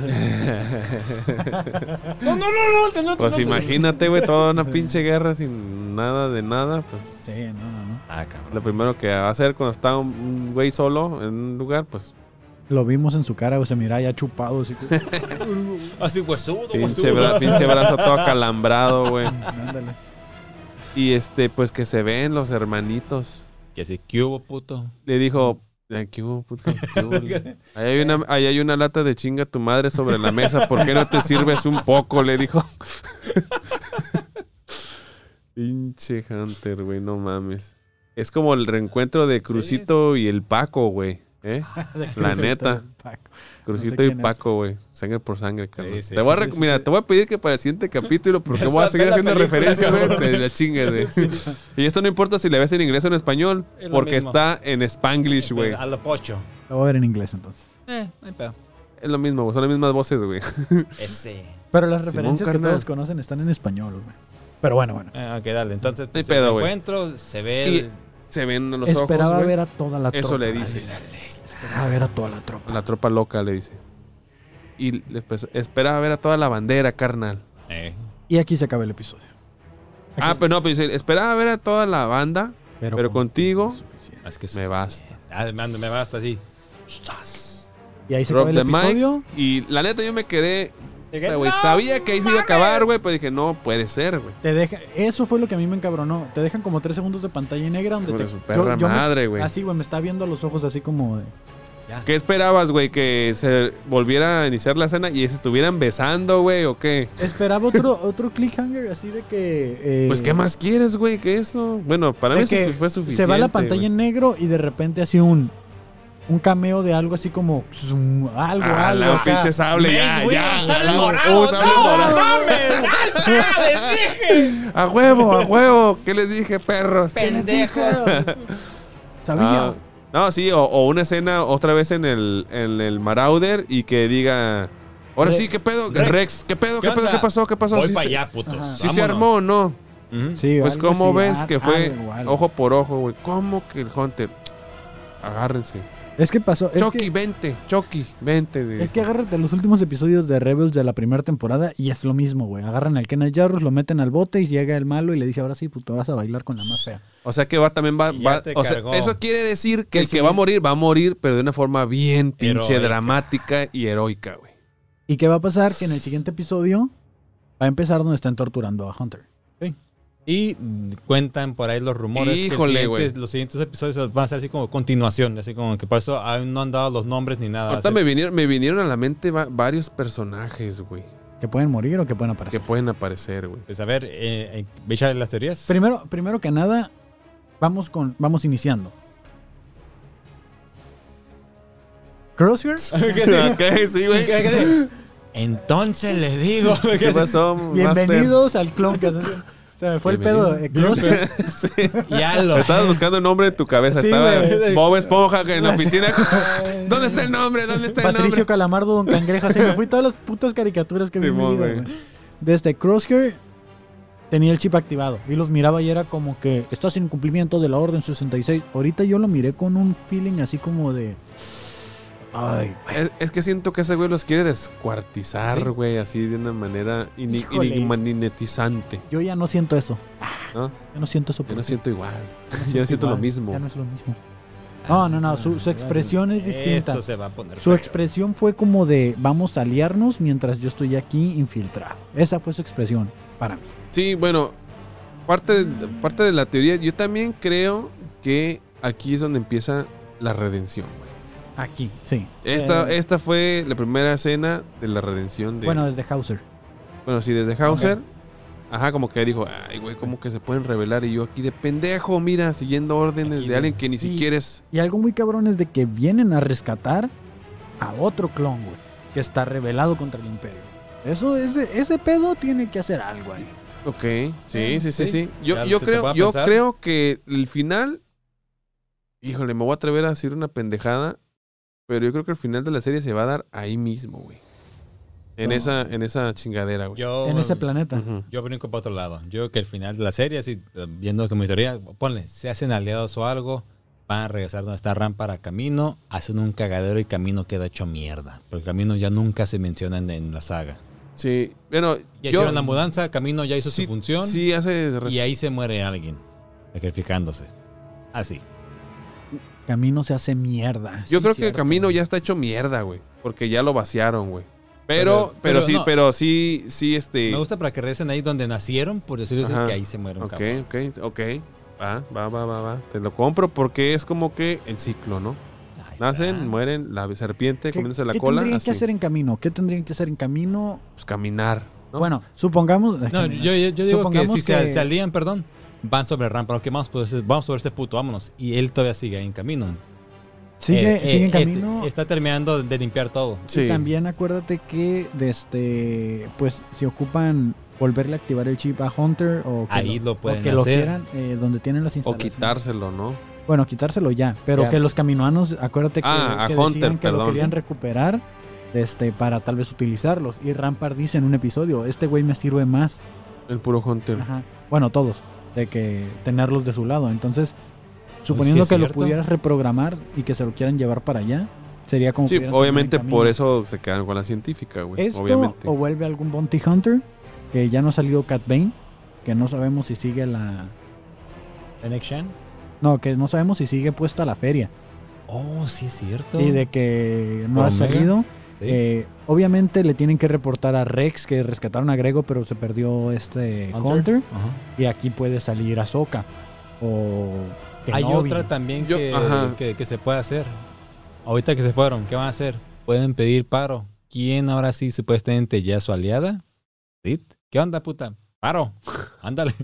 No, no, no, no, no.
Pues imagínate, güey, toda
*laughs*
una pinche guerra sin nada de nada, pues...
sí, no, no, no.
Ah, cabrón.
Lo primero que va a hacer cuando está un- un güey solo en un lugar, pues
Lo vimos en su cara, güey. Se mira ya chupado. Así que, *laughs*
Así Ah, huesudo,
pinche,
huesudo.
bra- pinche brazo todo acalambrado, güey.
ándale.
Y este, pues que se ven los hermanitos.
Que así, ¿qué hubo, puto?
Le dijo, "Ay, ¿qué hubo, puto? ¿Qué hubo?" ahí, hay una, ahí hay una lata de chinga tu madre sobre la mesa, ¿por qué no te sirves un poco? Le dijo. *laughs* Pinche Hunter, güey, no mames. Es como el reencuentro de Crucito y el Paco, güey. ¿eh? La neta.
Paco.
Crucito
sé
y
quién es.
Paco, güey. Sangre por sangre, carnal.
Sí, sí.
te voy a rec- Mira, te voy a pedir que para el siguiente
*laughs*
capítulo, porque
Esa
voy a seguir
es la
haciendo
película,
referencias güey,
cabrón.
de la chinga, güey. Y esto no importa si la ves en inglés o en español,
Es lo
porque
mismo.
está en Spanglish, güey.
A lo pocho.
Lo voy a ver en inglés entonces.
Eh, no hay pedo.
Es lo mismo, güey, son las mismas voces, güey. *laughs*
Ese.
Pero las
Simón,
referencias que
carnal.
todos conocen están en español, güey. Pero bueno, bueno.
Ah, ok, dale. Entonces,
No hay
pues,
pedo,
el
güey.
encuentro, se ve
Y-
el...
Se ven a los
Esperaba
ojos, güey.
ver a toda la tropa.
Eso le dice.
Esperaba ver a toda la tropa.
La tropa loca le dice. Y le empezó- esperaba ver a toda la bandera, carnal.
Eh.
Y aquí se acaba el episodio.
Ah, pero no, pero dice, esperaba ver a toda la banda. Pero contigo-
es suficiente.
Es que
Me basta.
Ah, me, ando- me basta así.
Y ahí se
Drop
acaba el
the mic.
episodio.
Y la neta, yo me quedé
Llegué,
Puta, güey,
¡no
Sabía que ahí se iba a
mames!
acabar, güey, pero dije, no, puede ser, güey.
Te deja, eso fue lo que a mí me encabronó. Te dejan como tres segundos de pantalla negra donde
Hijo
te,
de su perra
me-
madre, güey.
así, güey, me está viendo a los ojos así como de-
¿Qué esperabas, güey? ¿Que se volviera a iniciar la escena y se estuvieran besando, güey, o qué?
Esperaba
*laughs*
otro, otro cliffhanger así de que. eh,
Pues, ¿qué más quieres, güey, que eso? Bueno, para
de
mí eso
que
fue suficiente.
Se va la pantalla
güey.
en negro y de repente así un. Un cameo de algo así como. zoom, algo,
Ah,
algo.
la
acá.
pinche sable, ya,
Mace
ya.
Windu, sable
la-
morado,
oh, sable
no,
morado.
mames, ya sabes,
A huevo, a huevo. ¿Qué les dije, perros?
Pendejos.
Sabía.
Ah, no, sí, o, o una escena otra vez en el, en el Marauder y que diga... Ahora
Re-
sí, ¿qué pedo?
Rex,
Rex, ¿qué pedo? ¿Qué,
¿qué
pedo?
onda?
¿Qué pasó? ¿Qué pasó?
Voy
Sí
para
se-
allá, puto.
Ajá.
sí se armó, ¿no?
Ujú.
Sí,
Pues
algo
cómo
así,
ves
al-
que fue
algo, algo.
ojo por ojo, güey. ¿Cómo que el Hunter? Agárrense.
Es que pasó. Es
Chucky,
que,
vente. Chucky, vente. güey.
es que agárrate los últimos episodios de Rebels de la primera temporada y es lo mismo, güey. Agarran al Kenneth Jarrus, lo meten al bote y llega el malo y le dice, ahora sí, puto, vas a bailar con la más fea.
O sea que va también va...
Y
va-
ya te
o sea,
cargó.
eso quiere decir que el
Sí,
que
sí.
va a morir, va a morir, pero de una forma bien pinche
Heroica.
dramática y heroica, güey.
¿Y qué va a pasar? Que en el siguiente episodio va a empezar donde están torturando a Hunter.
Y mm, cuentan por ahí los rumores
Híjole,
que el
güey.
siguiente- los siguientes episodios van a ser así como continuación, así como que por eso aún no han dado los nombres ni nada.
Ahorita
así.
me vinieron, me vinieron a la mente va- varios personajes, güey,
Que pueden morir o que pueden
que
*laughs*
aparecer.
pueden aparecer, güey.
Pues a ver, eh, eh, ve echarle las teorías.
Primero, primero que nada, vamos con. Vamos iniciando. Crosshair
*laughs* Ok, sí, güey.
Entonces les digo.
*laughs* ¿Qué pasó, Master? *laughs*
Bienvenidos al Cloncast. Se me fue el pedo. eh, Crosshair.
ya
*laughs*
lo.
Estabas buscando el nombre en tu cabeza.
Sí,
Estaba
güey.
Bob Esponja en la
*laughs*
oficina. ¿Dónde está el nombre? ¿Dónde está el
Patricio
este nombre?
Calamardo, Don Cangreja. Se me fui todas las putas caricaturas que vi en mi
Simón,
vida,
güey.
güey. Desde Crosshair tenía el chip activado y los miraba y era como que esto es incumplimiento de la orden 66. Ahorita yo lo miré con un feeling así como de. Ay,
Es, es que siento que ese güey los quiere descuartizar,
Sí.
güey, así de una manera ini-
Híjole.
inimaninetizante,
yo ya no siento eso.
¿no?
Yo no siento eso.
Yo
por
no
ti.
siento igual. Yo no siento lo
Igual,
mismo.
Ya no es lo mismo. No, no, no. Su, su expresión es distinta.
Esto se va a poner.
Su
feo.
expresión fue como de vamos a aliarnos mientras yo estoy aquí infiltrado. Esa fue su expresión para mí.
Sí, bueno, parte de, parte de la teoría, yo también creo que aquí es donde empieza la redención, güey.
Aquí, sí.
Esta,
Eh,
esta fue la primera escena de la redención de...
Bueno, desde Hauser.
Bueno, sí, desde Hauser. Ajá, como que dijo, ay, güey, como que se pueden revelar. Y yo aquí de pendejo, mira, siguiendo órdenes
Aquí,
de alguien que ni
Y-
siquiera es.
Y algo muy cabrón es de que vienen a rescatar a otro clon, güey, que está rebelado contra el imperio. Eso, ese, ese pedo tiene que hacer algo ahí.
Ok, sí, sí, sí, sí.
sí.
Yo,
Ah, Ya
yo,
te
creo,
tocaba
yo
pensar.
creo que el final. Híjole, me voy a atrever a decir una pendejada. Pero yo creo que el final de la serie se va a dar ahí mismo, güey. En,
No.
esa, en esa chingadera, güey.
Ah. Yo,
en ese planeta.
Oh, Ujú.
Yo brinco para otro lado. Yo creo que al final de la serie, así, eh, viendo que mi teoría, ponle, se hacen aliados o algo, van a regresar donde está Ram para Camino, hacen un cagadero y Camino queda hecho mierda. Porque Camino ya nunca se menciona en, en la saga.
Sí, bueno,
Ya
yo-
hicieron la mudanza, Camino ya hizo
sí-
su función
Sí, hace.
y ahí se muere alguien, sacrificándose. Así.
Camino se hace mierda. Sí,
Yo creo que el
cierto,
camino
güey.
ya está hecho mierda, güey. Porque ya lo vaciaron, güey. Pero, pero,
Pero- pero
sí,
no.
pero sí, sí, este.
Me gusta para que regresen ahí donde nacieron, por decirlo así,
Ajá.
que ahí se muere un
Ok, *laughs*
cabrón.
ok, ok. Va, va, va, va, va. Te lo compro porque es como que el ciclo, ¿no?
Ahí está.
Nacen, mueren, la serpiente
¿Qué,
comiéndose la
qué
cola.
tendrían
así.
que hacer en camino? ¿Qué tendrían que hacer en camino?
Pues caminar. ¿no?
Bueno, supongamos.
No, yo, yo- yo digo que
Supongamos
si se-
que-
se alían, perdón, van sobre Ram, pero que vamos, pues, vamos sobre este puto, vámonos. Y él todavía sigue ahí en camino.
sigue,
Eh,
sigue en
eh, este,
camino.
está terminando de limpiar todo.
Y
sí.
también acuérdate que desde pues se ocupan volverle a activar el chip a Hunter o que
Ahí lo
o
pueden
que lo
hacer.
quieran eh, donde tienen las
O
instalaciones.
quitárselo, ¿no?
Bueno, quitárselo ya, pero
Ya.
que los caminoanos, acuérdate que,
Ah, a
que decían
Hunter,
que lo
perdón.
querían recuperar este para tal vez utilizarlos y Rampart dice en un episodio, este güey me sirve más.
El puro Hunter.
Ajá. Bueno, todos de que tenerlos de su lado. Entonces, suponiendo
es
que lo
cierto.
pudieras reprogramar y que se lo quieran llevar para allá, sería como
Sí,
pudieran tener en
obviamente
camino.
por eso se quedan con la científica, güey.
Esto
Obviamente.
o vuelve algún Bounty Hunter que ya no ha salido Cat Bane, que no sabemos si sigue la no, que no sabemos si sigue puesta la feria
Oh, sí es cierto.
y de que no ha
Omega.
salido.
Sí.
Eh, obviamente le tienen que reportar a Rex que rescataron a Grego, pero se perdió este Hunter,
Ajá.
y aquí puede salir Ahsoka o
Hay
Kenobi. *laughs*
otra también
Yo-
que,
ajá.
que- que se puede hacer. Ahorita que se fueron, ¿qué van a hacer? Pueden pedir paro. ¿Quién ahora sí supuestamente ya es su aliada? ¿Sid? ¿Qué onda, puta? Paro. *laughs* Ándale.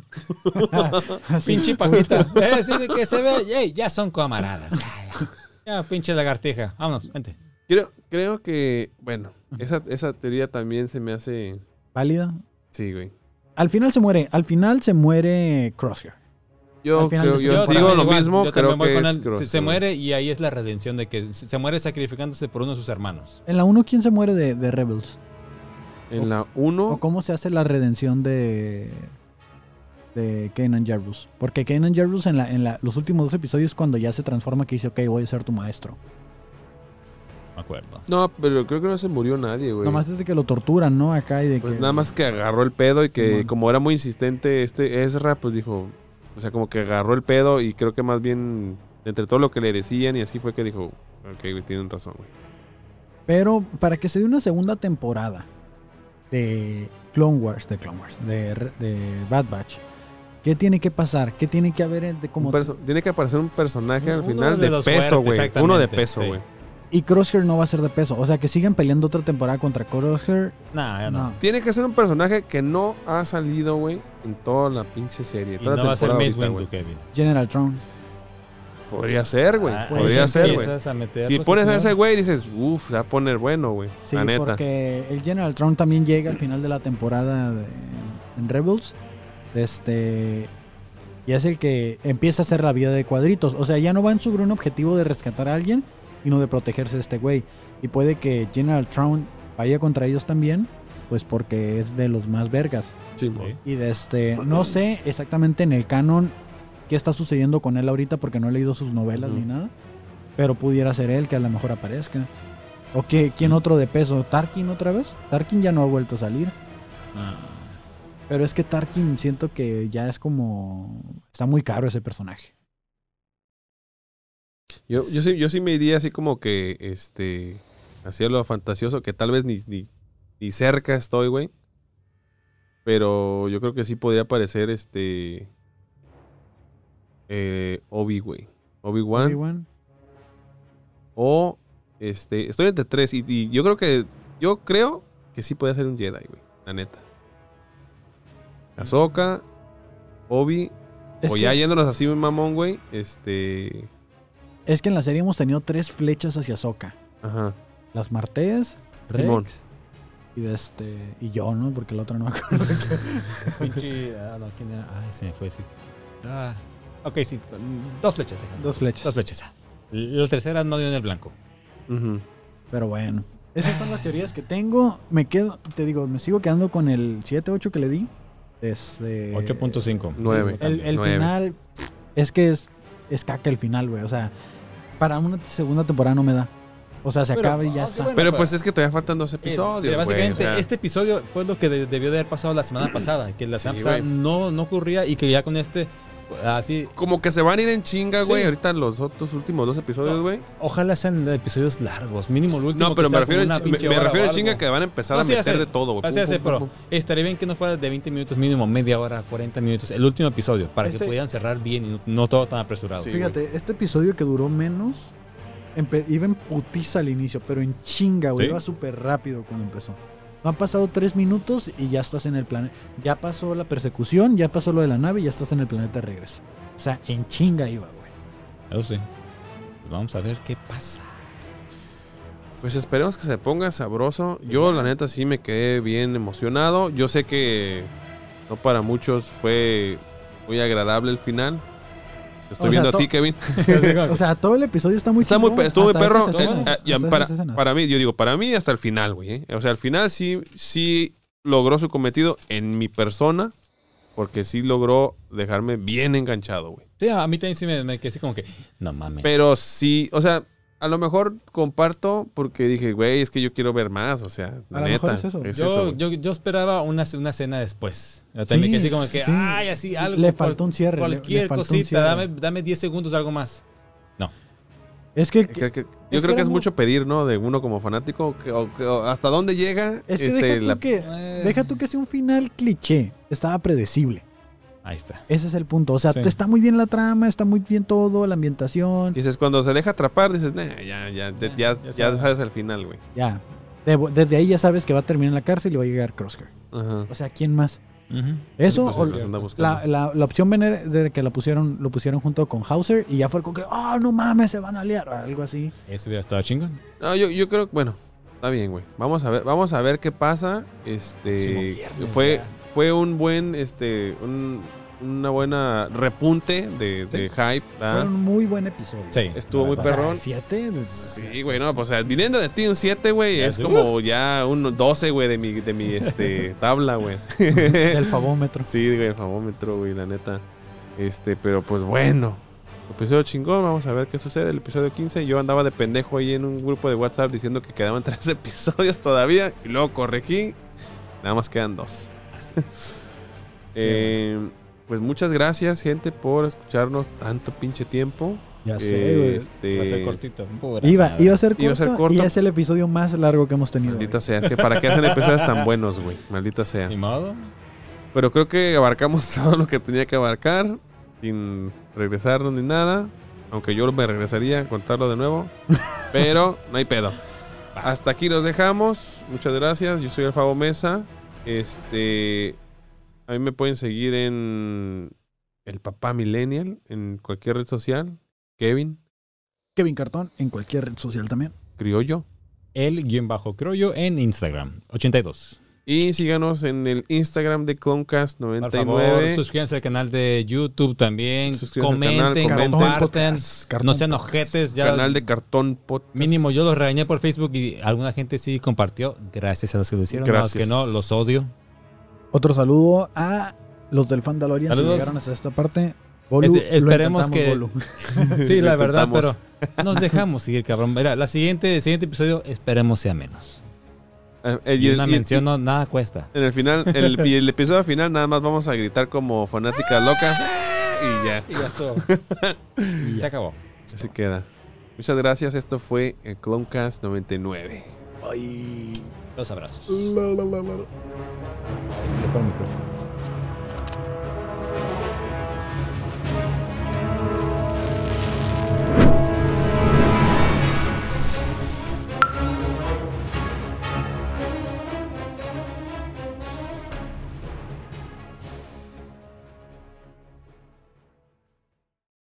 Así.
Pinche
*laughs*
paquita. Eh, sí, de que se ve. Ey, ya son camaradas. Ya, ya. Ya, pinche lagartija. Vámonos, vente.
Creo, creo que, bueno, esa, esa teoría también se me hace.
válida.
Sí, güey.
Al final se muere, al final se muere Crosshair.
Yo,
Al final
creo,
de
yo
su- Yo
digo
también
lo
igual,
mismo,
yo
creo
también voy
que
con
es
él.
Cross,
se, se
güey.
muere y ahí es la redención de que se, se muere sacrificándose por uno de sus hermanos.
En la 1 quién se muere de, de Rebels.
En la
¿O
1,
cómo se hace la redención de de Kanan Jarrus? Porque Kanan Jarrus en, la, en la- los últimos dos episodios cuando ya se transforma que dice, ok, voy a ser tu maestro.
No me acuerdo.
no, pero creo que no se murió nadie, güey.
Nomás desde que lo torturan, ¿no? Acá y de
Pues
que...
nada más que agarró el pedo y que
Simón.
como era muy insistente este Ezra, pues dijo, o sea, como que agarró el pedo y creo que más bien entre todo lo que le decían y así fue que dijo, ok, güey, tienen razón, güey.
Pero para que se dé una segunda temporada de Clone Wars, de Clone Wars, de, Re- de Bad Batch, ¿qué tiene que pasar? ¿Qué tiene que haber en- de como
Un perso- tiene que aparecer un personaje al
Uno
final
de
de,
los
peso,
fuertes,
güey.
exactamente,
Uno de peso,
sí.
güey.
Y Crosshair no va a ser de peso. O sea, que sigan peleando otra temporada contra Crosshair.
Nah, ya Ah, no.
No.
Tiene que ser un personaje que no ha salido, güey, en toda la pinche serie.
Y
toda la
no va a ser
temporada
Mace
ahorita,
Windu,
güey.
Kevin.
General Tron.
Podría ser, güey.
Ah,
podría
ahí
ser, güey.
empiezas a meter
Si
los
pones a
escenarios.
ese güey, dices, uff, se va a poner bueno, güey.
Sí,
la neta.
porque el General Tron también llega al final de la temporada de, en Rebels. Este. Y es el que empieza a hacer la vida de cuadritos. O sea, ya no va en su un objetivo de rescatar a alguien, sino de protegerse de este güey. Y puede que General Tron vaya contra ellos también, pues porque es de los más vergas.
Simón.
Sí.
Y de este, no sé exactamente en el canon qué está sucediendo con él ahorita porque no he leído sus novelas
Ujú.
ni nada. Pero pudiera ser él que a lo mejor aparezca. ¿O qué, quién otro de peso? ¿Tarkin otra vez? Tarkin ya no ha vuelto a salir.
Ah.
Pero es que Tarkin siento que ya es como... Está muy caro ese personaje.
Yo, yo, sí, yo sí me iría así como que, este, hacia lo fantasioso, que tal vez ni, ni, ni cerca estoy, güey. Pero yo creo que sí podría aparecer, este, eh, Obi, güey. Obi-Wan.
Obi-Wan.
o, este, estoy entre tres. Y, y yo creo que, yo creo que sí podría ser un Jedi, güey. La neta. Ahsoka, Obi,
Es
o
que-
ya yéndonos así, mamón, güey. Este,
Es que en la serie hemos tenido tres flechas hacia Ahsoka.
ajá.
Las Marteas, Rex
Simón.
y de este... Y yo, ¿no? Porque la otra no me acuerdo.
*laughs* Pinche. Ah, no, ¿quién era? Ah, se me fue. Sí. Ah. Ok, sí. mm, Dos flechas. déjame.
Dos flechas.
Dos flechas. ah. La tercera no dio en el blanco.
Ujú.
Pero bueno. Esas son las teorías que tengo. Me quedo, te digo, me sigo quedando con el 7-8 que le di. Este,
8.5.
Eh, Nueve.
El, el
Nueve.
final es que es, es caca el final, güey. O sea, para una segunda temporada no me da. O sea, se
Pero,
acaba y ya
ah,
está.
qué bueno.
Pero pues es que todavía faltan dos episodios.
Mira,
güey,
Eh, básicamente,
o sea,
este episodio fue lo que de- debió de haber pasado la
*clears throat*
semana pasada. Que la semana
Sí,
pasada
güey.
no, no ocurría y que ya con este. Así.
Como que se van a ir en chinga, güey.
Sí.
Ahorita los otros últimos dos episodios,
No,
güey.
Ojalá sean episodios largos. Mínimo el último.
No, pero
que
me
sea
refiero, en
como
chi-
una
me,
pinche
me
hora
refiero
o
en chinga
algo.
que van a empezar
No,
a
sí, ya
meter
sé.
de todo, güey.
Así
Pum,
hace,
pum,
pero
pum, pum.
estaría bien que no fuera de 20 minutos mínimo, media hora, 40 minutos. El último episodio, para que
Este-
pudieran cerrar bien y no, no todo tan apresurado.
Sí.
Fíjate, este episodio que duró menos, empe- iba en putiza al inicio, pero en chinga, güey.
Sí.
Iba súper rápido cuando empezó. No han pasado tres minutos y ya estás en el planeta. Ya pasó la persecución, ya pasó lo de la nave y ya estás en el planeta de regreso. O sea, en chinga iba, güey.
Eso sí. Pues vamos a ver qué
*laughs*
pasa. *laughs*
Pues esperemos que se ponga sabroso. Yo, la neta, sí me quedé bien emocionado. Yo sé que no para muchos fue muy agradable el final. Te Estoy
O sea,
viendo
to-
a ti, Kevin.
O sea, todo el episodio está muy
Está muy,
chingón,
pe- estuvo muy
hasta
perro.
esas
eh,
escenas,
eh, y
hasta
para,
esas escenas.
para mí, yo digo, para mí hasta el final, güey. eh. O sea, al final sí, sí logró su cometido en mi persona, porque sí logró dejarme bien enganchado, güey.
Sí, a mí también sí me, me quedé así como que, no mames.
Pero sí, o sea, a lo mejor comparto porque dije, güey, es que yo quiero ver más, o sea, la
A lo
neta.
mejor es eso.
es
yo,
eso, güey.
yo, yo esperaba una, una cena después. Yo
Sí,
también me quedé así como que,
sí.
ay, así algo.
Le faltó un cierre, le- le
Cualquier
faltó un
cosita,
cierre.
dame, dame 10 segundos, algo más.
Es que,
Creo que- yo
que
creo que
era
es
mu-
mucho pedir, ¿no? De uno como fanático, que- o- que- o hasta dónde llega
es que
este,
deja, tú
la-
que deja tú que sea un final cliché. Estaba predecible.
Ahí está.
Ese es el punto. O sea,
Sí.
está muy bien la trama, está muy bien todo, la ambientación.
Dices, cuando se deja atrapar, dices, nah, ya, ya, ya,
Ya,
ya,
ya
ya
sabes.
sabes el final, güey.
Ya. Debo- desde ahí ya sabes que va a terminar en la cárcel y va a llegar Crosshair.
Ajá.
O sea, ¿quién más?
Ujú.
Eso
Pues
o
los anda buscando.
la, la- la opción vener- de que la pusieron, lo pusieron junto con Hauser y ya fue como que, oh, no mames, se van a liar. o Algo así.
Eso hubiera estado chingón.
No, yo, yo creo, bueno, está bien, güey. Vamos a ver, vamos a ver qué pasa. Este
Próximo viernes,
fue,
ya.
fue un buen, este, un, una buena repunte de, de hype.
Fue
¿verdad?
un muy buen episodio.
Ah. Sí.
Estuvo muy
O sea,
perro. perrón.
el siete, pues,
Sí, güey, no, pues o sea, viniendo de ti un 7, güey,
Ya
es
sé.
como ya un 12, güey, de mi, de mi
*laughs*
este, tabla, güey. *laughs*
del favómetro.
sí, güey, el famómetro, güey, la neta. Este, pero pues bueno. Episodio chingón, vamos a ver qué sucede. El episodio 15, yo andaba de pendejo ahí en un grupo de WhatsApp diciendo que quedaban *laughs* tres episodios todavía y luego corregí. Nada más quedan dos. Eh, pues muchas gracias, gente, por escucharnos tanto pinche tiempo.
Ya sé, güey.
Este,
Va a ser cortito. Pura
Iba,
madre.
iba a ser corto,
Iba a ser corto.
y es el episodio más largo que hemos tenido. güey.
Maldita sea, es que para qué hacen episodios tan buenos, güey. Maldita sea.
Ni modo.
Pero creo que abarcamos *laughs* todo lo que tenía que abarcar, sin regresarnos ni nada. Aunque yo me regresaría a contarlo de
*laughs*
nuevo. Pero no hay pedo. Hasta aquí los dejamos. Muchas gracias. Yo soy el Fabo Mesa. Este. A mí me pueden seguir en El Papá Millennial, en cualquier red social. Kevin,
Kevin Cartón en cualquier red social también.
Criollo.
El guión bajo Croyo en Instagram. 82.
Y síganos en el Instagram de
Por favor,
Clonecast99.
suscríbanse al canal de YouTube también.
Suscríbanse al canal,
Comenten,
comenten.
comparten.
Podcast, Cartón
No sean
Podcast.
ojetes. Ya
Canal de Cartón Podcast.
Mínimo, yo los regañé por Facebook y alguna gente sí compartió. Gracias a los que lo hicieron. A los
Gracias.
que no,
*laughs*
los odio.
Otro saludo a los del Fandalorian si
Saludos.
llegaron hasta esta parte. Bolu,
Es-
lo
esperemos
intentamos,
que-
Bolu. *laughs*
Sí,
Lo
la verdad,
intentamos.
pero nos dejamos seguir, cabrón. Mira, la siguiente, el siguiente episodio esperemos sea menos.
Eh, eh,
Y
y-
una
y-
mención no, nada cuesta.
En el final, el, y el episodio final, nada más vamos a gritar como fanáticas locas y ya.
Y ya *laughs* estuvo. Se acabó.
Así queda. Muchas gracias. Esto fue el Clonecast 99.
Ay,
Los abrazos.
la, la, la, la.
Le pongo el micrófono.